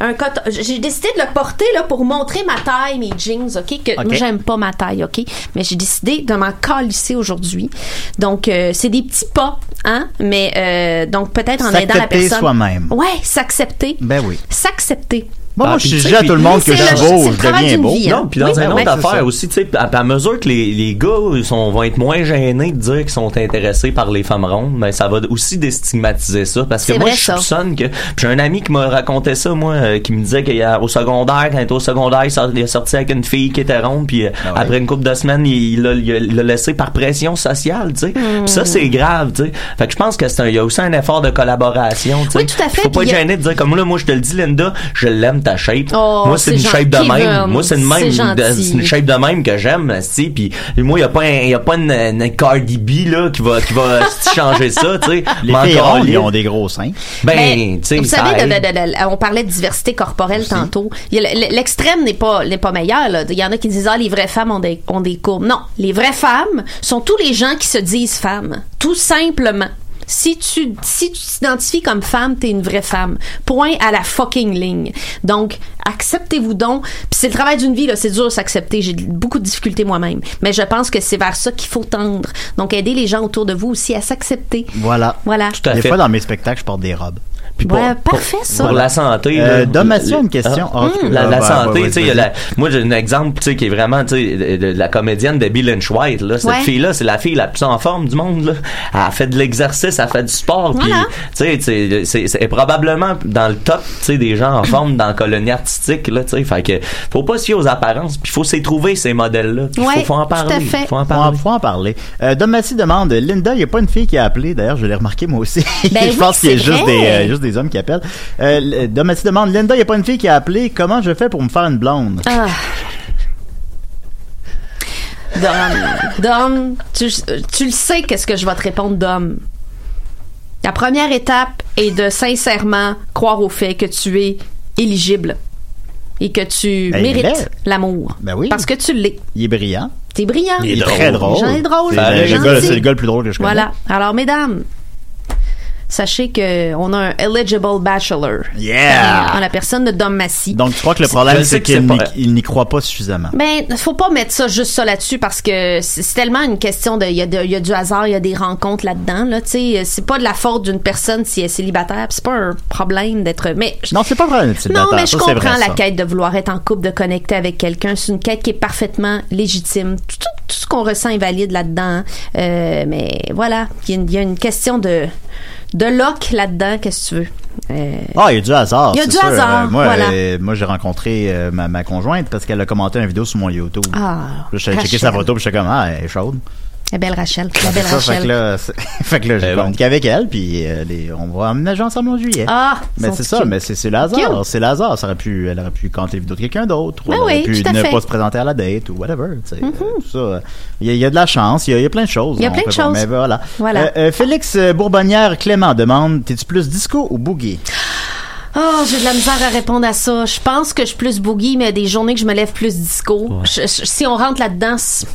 Speaker 5: un coton- j'ai décidé de le porter là pour montrer ma taille mes jeans ok que
Speaker 12: Ok.
Speaker 5: moi, j'aime pas ma taille ok mais j'ai décidé de m'en calisser aujourd'hui donc euh, c'est des petits pas hein mais euh, donc peut-être en aidant la
Speaker 4: S'accepter
Speaker 5: personne
Speaker 4: soi-même.
Speaker 5: ouais s'accepter
Speaker 4: Ben oui.
Speaker 5: s'accepter
Speaker 4: Moi, moi,
Speaker 6: Ah,
Speaker 4: je
Speaker 6: puis,
Speaker 4: suis
Speaker 6: tu sais,
Speaker 4: déjà à
Speaker 6: puis-
Speaker 4: tout le monde que
Speaker 5: Mais
Speaker 4: je
Speaker 5: c'est
Speaker 4: suis
Speaker 5: le- c'est
Speaker 4: beau,
Speaker 5: le
Speaker 4: je
Speaker 5: travail
Speaker 4: deviens
Speaker 5: d'une
Speaker 4: beau.
Speaker 5: vie, hein.
Speaker 6: Non, puis dans
Speaker 5: Oui,
Speaker 6: un
Speaker 5: ben
Speaker 6: autre
Speaker 5: ouais, c'est
Speaker 6: affaire
Speaker 5: ça.
Speaker 6: aussi, tu sais, à, à mesure que les, les gars sont, vont être moins gênés de dire qu'ils sont intéressés par les femmes rondes, ben ça va aussi déstigmatiser ça. Parce que
Speaker 5: C'est
Speaker 6: moi,
Speaker 5: vrai,
Speaker 6: je
Speaker 5: ça.
Speaker 6: soupçonne que. puis J'ai un ami qui m'a raconté ça, moi, euh, qui me disait qu'il y a- au secondaire, quand il était au secondaire, il, sort- il est sorti avec une fille qui était ronde, puis euh, après une couple de semaines, il il l'a il a- il l'a laissé par pression sociale, tu sais.
Speaker 5: Hmm.
Speaker 6: Puis ça, c'est grave, tu sais. Fait que je pense que c'est un- il y a aussi un effort de collaboration, tu sais.
Speaker 5: Oui, tout à fait,
Speaker 6: Faut pas
Speaker 5: puis il y
Speaker 6: être
Speaker 5: a-
Speaker 6: gêné de dire, comme là, moi, je te le dis, Linda, je l'aime j'aime ta shape.
Speaker 5: Oh,
Speaker 6: moi, c'est
Speaker 5: c'est
Speaker 6: une shape de
Speaker 5: gentil,
Speaker 6: même.
Speaker 5: Vern.
Speaker 6: Moi, c'est une
Speaker 5: C'est
Speaker 6: même. de-
Speaker 5: gentil.
Speaker 6: C'est une shape de même que j'aime, si. Puis moi, il y a pas, un- y a pas une, une Cardi B là qui va, qui va esti, changer ça, tu sais.
Speaker 4: Les
Speaker 6: Mais
Speaker 4: filles
Speaker 6: encore,
Speaker 4: rondes,
Speaker 6: les-
Speaker 4: ils ont des gros seins.
Speaker 6: Ben, tu sais,
Speaker 5: Vous
Speaker 6: ça
Speaker 5: savez, de-
Speaker 6: aide.
Speaker 5: de- de- de- on parlait de diversité corporelle tantôt. Il y a le- le- L'extrême n'est pas, n'est pas meilleur. là. Il y en a qui disent Ah, les vraies femmes ont des, ont des courbes. Non, les vraies femmes sont tous les gens qui se disent femmes. Tout simplement. Si tu si tu t'identifies comme femme, t'es une vraie femme. Point à la fucking ligne. Donc, acceptez-vous donc. Puis c'est le travail d'une vie, là. C'est dur de s'accepter. J'ai beaucoup de difficultés moi-même. Mais je pense que c'est vers ça qu'il faut tendre. Donc, aidez les gens autour de vous aussi à s'accepter.
Speaker 4: Voilà.
Speaker 5: Voilà. Tout à
Speaker 4: des
Speaker 5: fait.
Speaker 4: fois, dans mes spectacles, je porte des robes.
Speaker 5: Ouais, parfait, ça.
Speaker 6: Pour la santé.
Speaker 4: Euh,
Speaker 6: là.
Speaker 4: Dom
Speaker 6: Le-
Speaker 4: Mathieu a une question.
Speaker 6: Ah,
Speaker 4: Ah, tu-
Speaker 6: la
Speaker 4: ah,
Speaker 6: la
Speaker 4: bah,
Speaker 6: santé,
Speaker 4: ouais, ouais,
Speaker 6: tu sais, il y a
Speaker 4: vas-y.
Speaker 6: la- moi j'ai un exemple, tu sais, qui est vraiment, tu sais, de, de la comédienne de Bill and White, là. Cette
Speaker 12: Ouais.
Speaker 6: fille-là, c'est la fille la plus en forme du monde, là. Elle fait de l'exercice, elle fait du sport, puis,
Speaker 12: Voilà.
Speaker 6: tu sais, tu sais, c'est- c'est elle est probablement dans le top, tu sais, des gens en forme dans la colonie artistique, là, tu sais. Fait que, faut pas se fier aux apparences, puis faut s'y trouver, ces modèles-là. Puis faut, faut en parler. Faut en parler.
Speaker 4: Faut en parler. Euh, Dom Massy demande Linda, il n'y a pas une fille qui a appelé. D'ailleurs, je l'ai remarqué moi aussi.
Speaker 12: Ben
Speaker 4: je
Speaker 12: oui,
Speaker 4: pense qu'il y a
Speaker 12: c'est
Speaker 4: juste
Speaker 12: vrai.
Speaker 4: des, euh, juste des hommes qui appellent. Euh, le- Dom Massy demande Linda, il n'y a pas une fille qui a appelé. Comment je fais pour me faire une blonde
Speaker 5: Ah. Dom, Dom, tu, tu le sais qu'est-ce que je vais te répondre, Dom. La première étape est de sincèrement croire au fait que tu es éligible et que tu
Speaker 4: Ben, il l'est.
Speaker 5: mérites l'amour.
Speaker 4: Ben oui.
Speaker 5: Parce que tu l'es.
Speaker 4: Il est brillant.
Speaker 5: T'es brillant.
Speaker 4: Il est très drôle.
Speaker 5: J'en ai drôle.
Speaker 4: C'est le-
Speaker 5: Gentil.
Speaker 4: le gars- c'est le gars le plus drôle que je connais.
Speaker 5: Voilà. Alors, mesdames, sachez que on a un eligible bachelor.
Speaker 4: Yeah!
Speaker 5: En la personne de Dom Massy.
Speaker 4: Donc, tu crois que le
Speaker 5: Je
Speaker 4: problème,
Speaker 5: sais
Speaker 4: c'est
Speaker 5: que c'est
Speaker 4: qu'il
Speaker 5: pas-
Speaker 4: n'y- il n'y croit pas suffisamment.
Speaker 5: Mais Ben, faut pas mettre ça juste ça là-dessus parce que c'est c'est tellement une question de il y, a de- il y a du hasard, il y a des rencontres là-dedans là, tu sais, euh, c'est pas de la faute d'une personne si elle est célibataire, puis c'est pas un problème d'être mais je-
Speaker 4: Non, c'est pas vrai,
Speaker 5: non, mais je comprends la
Speaker 4: quête.
Speaker 5: quête de vouloir être en couple, de connecter avec quelqu'un. C'est une quête qui est parfaitement légitime. Tout, tout- tout ce qu'on ressent est valide là-dedans. hein. Euh, mais voilà, il y a une- il y, a une question de de luck là-dedans, qu'est-ce que tu veux. Euh,
Speaker 4: Ah, il y a du hasard.
Speaker 5: Il y a
Speaker 4: c'est
Speaker 5: du
Speaker 4: sûr.
Speaker 5: hasard,
Speaker 4: Euh, moi,
Speaker 5: voilà.
Speaker 4: euh, moi j'ai rencontré euh, ma, ma conjointe parce qu'elle a commenté une vidéo sur mon YouTube.
Speaker 5: Ah,
Speaker 4: Là, J'ai checké
Speaker 5: Rachel.
Speaker 4: sa photo, puis j'étais comme, ah, elle est chaude.
Speaker 5: la belle Rachel, la belle
Speaker 4: Ça, fait que
Speaker 5: Rachel.
Speaker 4: là, c'est- fait que là, j'ai communiqué avec elle, puis euh, les- on va emménager ensemble en juillet.
Speaker 5: Ah,
Speaker 4: mais
Speaker 5: sont
Speaker 4: ben, c'est ça,
Speaker 5: cute.
Speaker 4: mais c'est c'est le
Speaker 5: Cute.
Speaker 4: hasard. C'est le hasard. Ça aurait pu, elle aurait pu commenter les vidéos de quelqu'un d'autre.
Speaker 5: Ben
Speaker 4: elle aurait
Speaker 5: oui,
Speaker 4: pu
Speaker 5: tout à
Speaker 4: ne
Speaker 5: fait. Mm-hmm.
Speaker 4: pas se présenter à la date ou whatever. tu sais, tout ça. Il y, a- il y a de la chance, il y a, il y a plein de choses.
Speaker 5: Il y a
Speaker 4: On
Speaker 5: plein de
Speaker 4: peut pas-
Speaker 5: choses.
Speaker 4: Mais voilà.
Speaker 5: Voilà.
Speaker 4: Euh, euh, Félix Bourbonnière Clément demande T'es-tu plus disco ou boogie
Speaker 5: Oh, j'ai de la misère à répondre à ça. Je pense que je suis plus boogie, mais des journées que je me lève plus disco. Je- je- si on rentre là-dedans, c-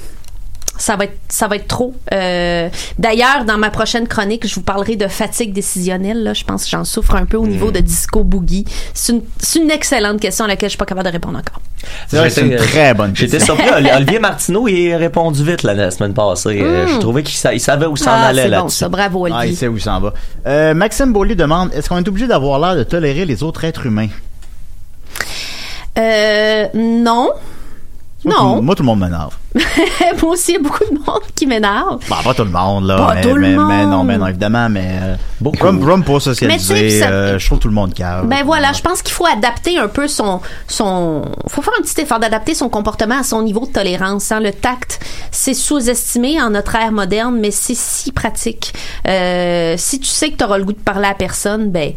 Speaker 5: ça va être ça va être trop. Euh, D'ailleurs, dans ma prochaine chronique, je vous parlerai de fatigue décisionnelle. Là. Je pense que j'en souffre un peu au niveau de disco boogie. C'est une, c'est une excellente question à laquelle je suis pas capable de répondre encore.
Speaker 4: C'est vrai que c'est une
Speaker 6: J'étais- euh,
Speaker 4: très bonne
Speaker 6: J'étais
Speaker 4: question.
Speaker 6: surpris. Oli- Olivier Martineau, il a répondu vite la, la semaine passée. Euh,
Speaker 5: Mm.
Speaker 6: Je trouvais qu'il sa- il savait où s'en
Speaker 5: Ah,
Speaker 6: allait
Speaker 5: c'est bon,
Speaker 6: là-dessus.
Speaker 5: ça. Bravo, Olivier.
Speaker 4: Ah, il sait où il s'en va. Euh, Maxime Beaulieu demande Est-ce qu'on est obligé d'avoir l'air de tolérer les autres êtres humains
Speaker 5: Euh, non.
Speaker 4: Moi,
Speaker 5: Non.
Speaker 4: tout- Moi, tout le monde m'énerve.
Speaker 5: Moi aussi, il y a beaucoup de monde qui m'énerve.
Speaker 4: Bah, pas tout le monde, là.
Speaker 5: Pas
Speaker 4: mais,
Speaker 5: tout le
Speaker 4: mais- mais
Speaker 5: monde.
Speaker 4: non, mais non, évidemment, mais. euh, Comme, comme pour
Speaker 5: Mais tu sais,
Speaker 4: socialiser,
Speaker 5: ça-
Speaker 4: euh, je trouve tout le monde cave.
Speaker 5: Ben voilà, je pense qu'il faut adapter un peu son son faut faire un petit effort d'adapter son comportement à son niveau de tolérance. hein. Le tact, c'est sous-estimé en notre ère moderne, mais c'est si pratique. Euh, si tu sais que tu auras le goût de parler à personne, ben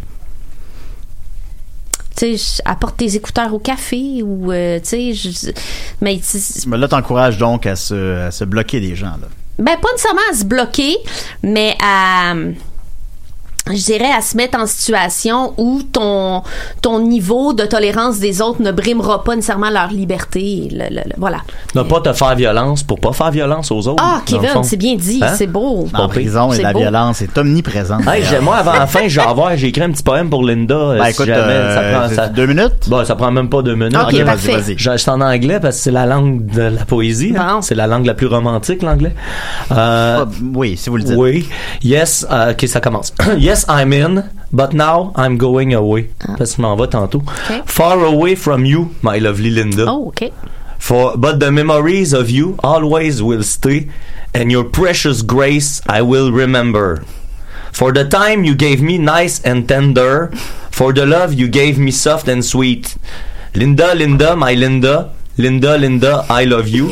Speaker 5: tu sais, apporte tes écouteurs au café ou euh, tu sais, je- mais tu-
Speaker 4: Mais là, t'encourages donc à se, à se bloquer des gens, là.
Speaker 5: ben pas nécessairement à se bloquer, mais à je dirais à se mettre en situation où ton ton niveau de tolérance des autres ne brimera pas nécessairement leur liberté. Le- le- le- voilà.
Speaker 6: Ne pas te faire violence pour pas faire violence aux autres.
Speaker 5: Ah,
Speaker 6: dans le
Speaker 5: Kevin,
Speaker 6: fond.
Speaker 5: c'est bien dit,
Speaker 6: Hein?
Speaker 5: c'est beau.
Speaker 6: Pas
Speaker 4: En
Speaker 6: pire.
Speaker 4: prison, et
Speaker 5: C'est
Speaker 4: la
Speaker 5: beau.
Speaker 4: violence est omniprésente.
Speaker 6: Hey, j'ai- moi, avant la fin, j'ai avoir- j'ai écrit un petit poème pour Linda. euh,
Speaker 4: Ben,
Speaker 6: si
Speaker 4: écoute,
Speaker 6: jamais,
Speaker 4: euh, c'est deux minutes?
Speaker 6: Bon, Bah, ça prend même pas deux minutes.
Speaker 4: Ok,
Speaker 6: là.
Speaker 4: parfait. vas-y, vas-y.
Speaker 6: Je- C'est en anglais parce que c'est la langue de la poésie. hein. C'est la langue la plus romantique, l'anglais. Euh,
Speaker 4: oui, si vous le
Speaker 6: dites. Oui. Yes, euh, ok, ça commence. yes, I'm in, but now I'm going away.
Speaker 5: Ah.
Speaker 6: Parce que je m'en vais tantôt. Far away from you, my lovely Linda.
Speaker 5: Oh, OK.
Speaker 6: For, but the memories of you always will stay, and your precious grace I will remember. For the time you gave me nice and tender, for the love you gave me soft and sweet. Linda, Linda, my Linda, Linda, Linda, I love you.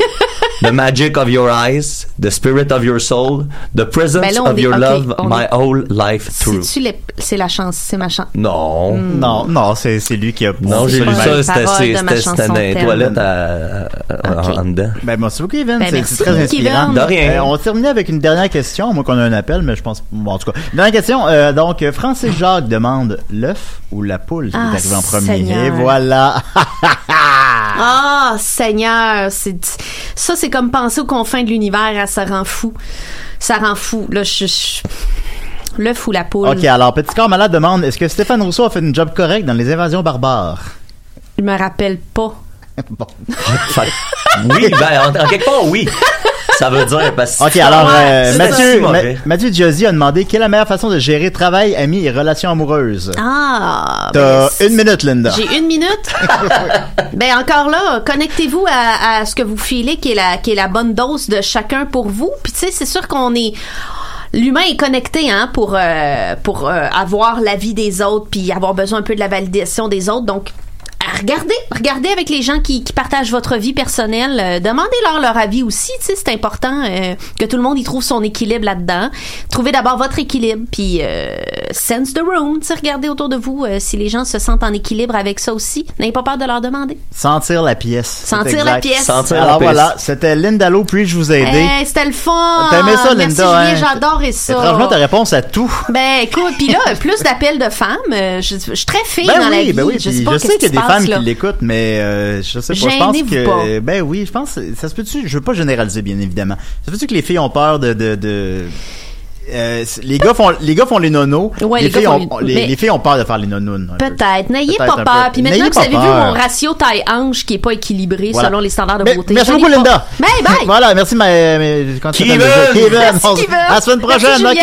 Speaker 6: The Magic of Your Eyes, The Spirit of Your Soul, The Presence
Speaker 5: Ben là, on
Speaker 6: of
Speaker 5: est-
Speaker 6: Your
Speaker 5: ok,
Speaker 6: Love,
Speaker 5: on
Speaker 6: My
Speaker 5: est-
Speaker 6: Whole Life Through.
Speaker 5: C'est-tu les- C'est la chance, c'est ma chance.
Speaker 6: Non.
Speaker 5: Hmm.
Speaker 4: Non, non, c'est c'est lui qui a.
Speaker 6: Non, j'ai lu ça, c'était-
Speaker 5: paroles de
Speaker 6: c'était
Speaker 5: ma
Speaker 6: c'était-
Speaker 5: chanson
Speaker 6: c'était dans les
Speaker 5: thème.
Speaker 6: toilettes à- à- à- en dedans.
Speaker 4: Ben, merci beaucoup, Kevin.
Speaker 5: Ben,
Speaker 4: C'est-
Speaker 5: merci,
Speaker 4: c'est très inspirant.
Speaker 5: Kevin. De rien.
Speaker 4: Euh, on va terminer avec une dernière question. Moi, qu'on a un appel, mais je pense. Bon, en tout cas. Dernière question. euh, donc, euh, Francis Jacques demande l'œuf ou la poule qui
Speaker 5: Ah,
Speaker 4: est arrivé en premier.
Speaker 5: Seigneur.
Speaker 4: Et voilà.
Speaker 5: Ah, Seigneur, c'est ça, c'est comme penser aux confins de l'univers, ah, ça rend fou, ça rend fou. Là, je, je- l'œuf ou la poule.
Speaker 4: OK, alors, Petit Corps Malade demande est-ce que Stéphane Rousseau a fait une job correcte dans Les Invasions barbares
Speaker 5: Je me rappelle pas.
Speaker 4: Bon.
Speaker 6: Fait que- oui, ben, en, en quelque part, oui. Ça veut dire parce que.
Speaker 4: OK, alors, euh,
Speaker 6: C'est
Speaker 4: Mathieu,
Speaker 6: si mauvais.
Speaker 4: Ma- Mathieu Giosi a demandé quelle est la meilleure façon de gérer travail, amis et relations amoureuses
Speaker 5: Ah,
Speaker 4: T'as une minute, Linda.
Speaker 5: J'ai une minute. ben encore là, connectez-vous à, à ce que vous filez, qui est la qui est la bonne dose de chacun pour vous. Puis tu sais, c'est sûr qu'on est L'humain est connecté hein, pour euh, pour euh, avoir l'avis des autres puis avoir besoin un peu de la validation des autres. Donc regardez, regardez avec les gens qui, qui partagent votre vie personnelle. euh, Demandez-leur leur avis aussi. Tu sais, c'est important euh, que tout le monde y trouve son équilibre là-dedans. Trouvez d'abord votre équilibre, puis euh, sense the room. Tu sais, regardez autour de vous euh, si les gens se sentent en équilibre avec ça aussi. N'ayez pas peur de leur demander.
Speaker 4: Sentir la pièce.
Speaker 5: Sentir
Speaker 4: C'est exact.
Speaker 5: la pièce. Sentir la
Speaker 4: alors
Speaker 5: pièce.
Speaker 4: voilà, c'était Linda Lowe, puis je vous ai aidé.
Speaker 5: Hey, Eh, C'était le fun.
Speaker 4: T'aimais ça,
Speaker 5: Merci,
Speaker 4: Linda,
Speaker 5: Julien,
Speaker 4: hein?
Speaker 5: j'adorais ça.
Speaker 4: Étrangement, ta réponse à tout.
Speaker 5: Ben écoute, puis là, plus d'appels de femmes. euh, Je, je suis très fille
Speaker 4: ben
Speaker 5: dans
Speaker 4: oui,
Speaker 5: la vie.
Speaker 4: ben oui,
Speaker 5: je
Speaker 4: puis
Speaker 5: sais pas
Speaker 4: je sais
Speaker 5: qu'est-ce
Speaker 4: qu'il y a
Speaker 5: qui
Speaker 4: des
Speaker 5: se passe,
Speaker 4: femmes
Speaker 5: là.
Speaker 4: qui l'écoutent, mais euh, je sais pas, je pense
Speaker 5: Gênez-vous
Speaker 4: que
Speaker 5: pas.
Speaker 4: ben oui, je pense que ça se peut-tu, je veux pas généraliser bien évidemment. Ça se peut-tu que les filles ont peur de de, de euh, c- les gars font les gars font les nonos,
Speaker 5: Ouais, les
Speaker 4: filles
Speaker 5: gars font
Speaker 4: ont,
Speaker 5: les-
Speaker 4: les,
Speaker 5: mais-
Speaker 4: les filles ont peur de faire les nonounes. un peu.
Speaker 5: Peut-être. N'ayez
Speaker 4: Peut-être
Speaker 5: pas
Speaker 4: un
Speaker 5: peur.
Speaker 4: peu.
Speaker 5: Puis maintenant
Speaker 4: N'ayez
Speaker 5: que vous
Speaker 4: pas
Speaker 5: avez vu
Speaker 4: peur.
Speaker 5: mon ratio taille-hanche qui est pas équilibré
Speaker 4: Voilà.
Speaker 5: selon les standards de
Speaker 4: Mais-
Speaker 5: beauté.
Speaker 4: merci
Speaker 5: J'en ai
Speaker 4: beaucoup
Speaker 5: pas. Ben,
Speaker 4: Linda.
Speaker 5: Bye bye.
Speaker 4: voilà, merci ma, mais- quand tu
Speaker 5: Kevin!
Speaker 4: t'appelles déjà, Kevin.
Speaker 5: Merci,
Speaker 4: On se-
Speaker 5: Kevin.
Speaker 4: À la semaine
Speaker 5: Merci,
Speaker 4: prochaine.
Speaker 5: Julien.
Speaker 4: OK.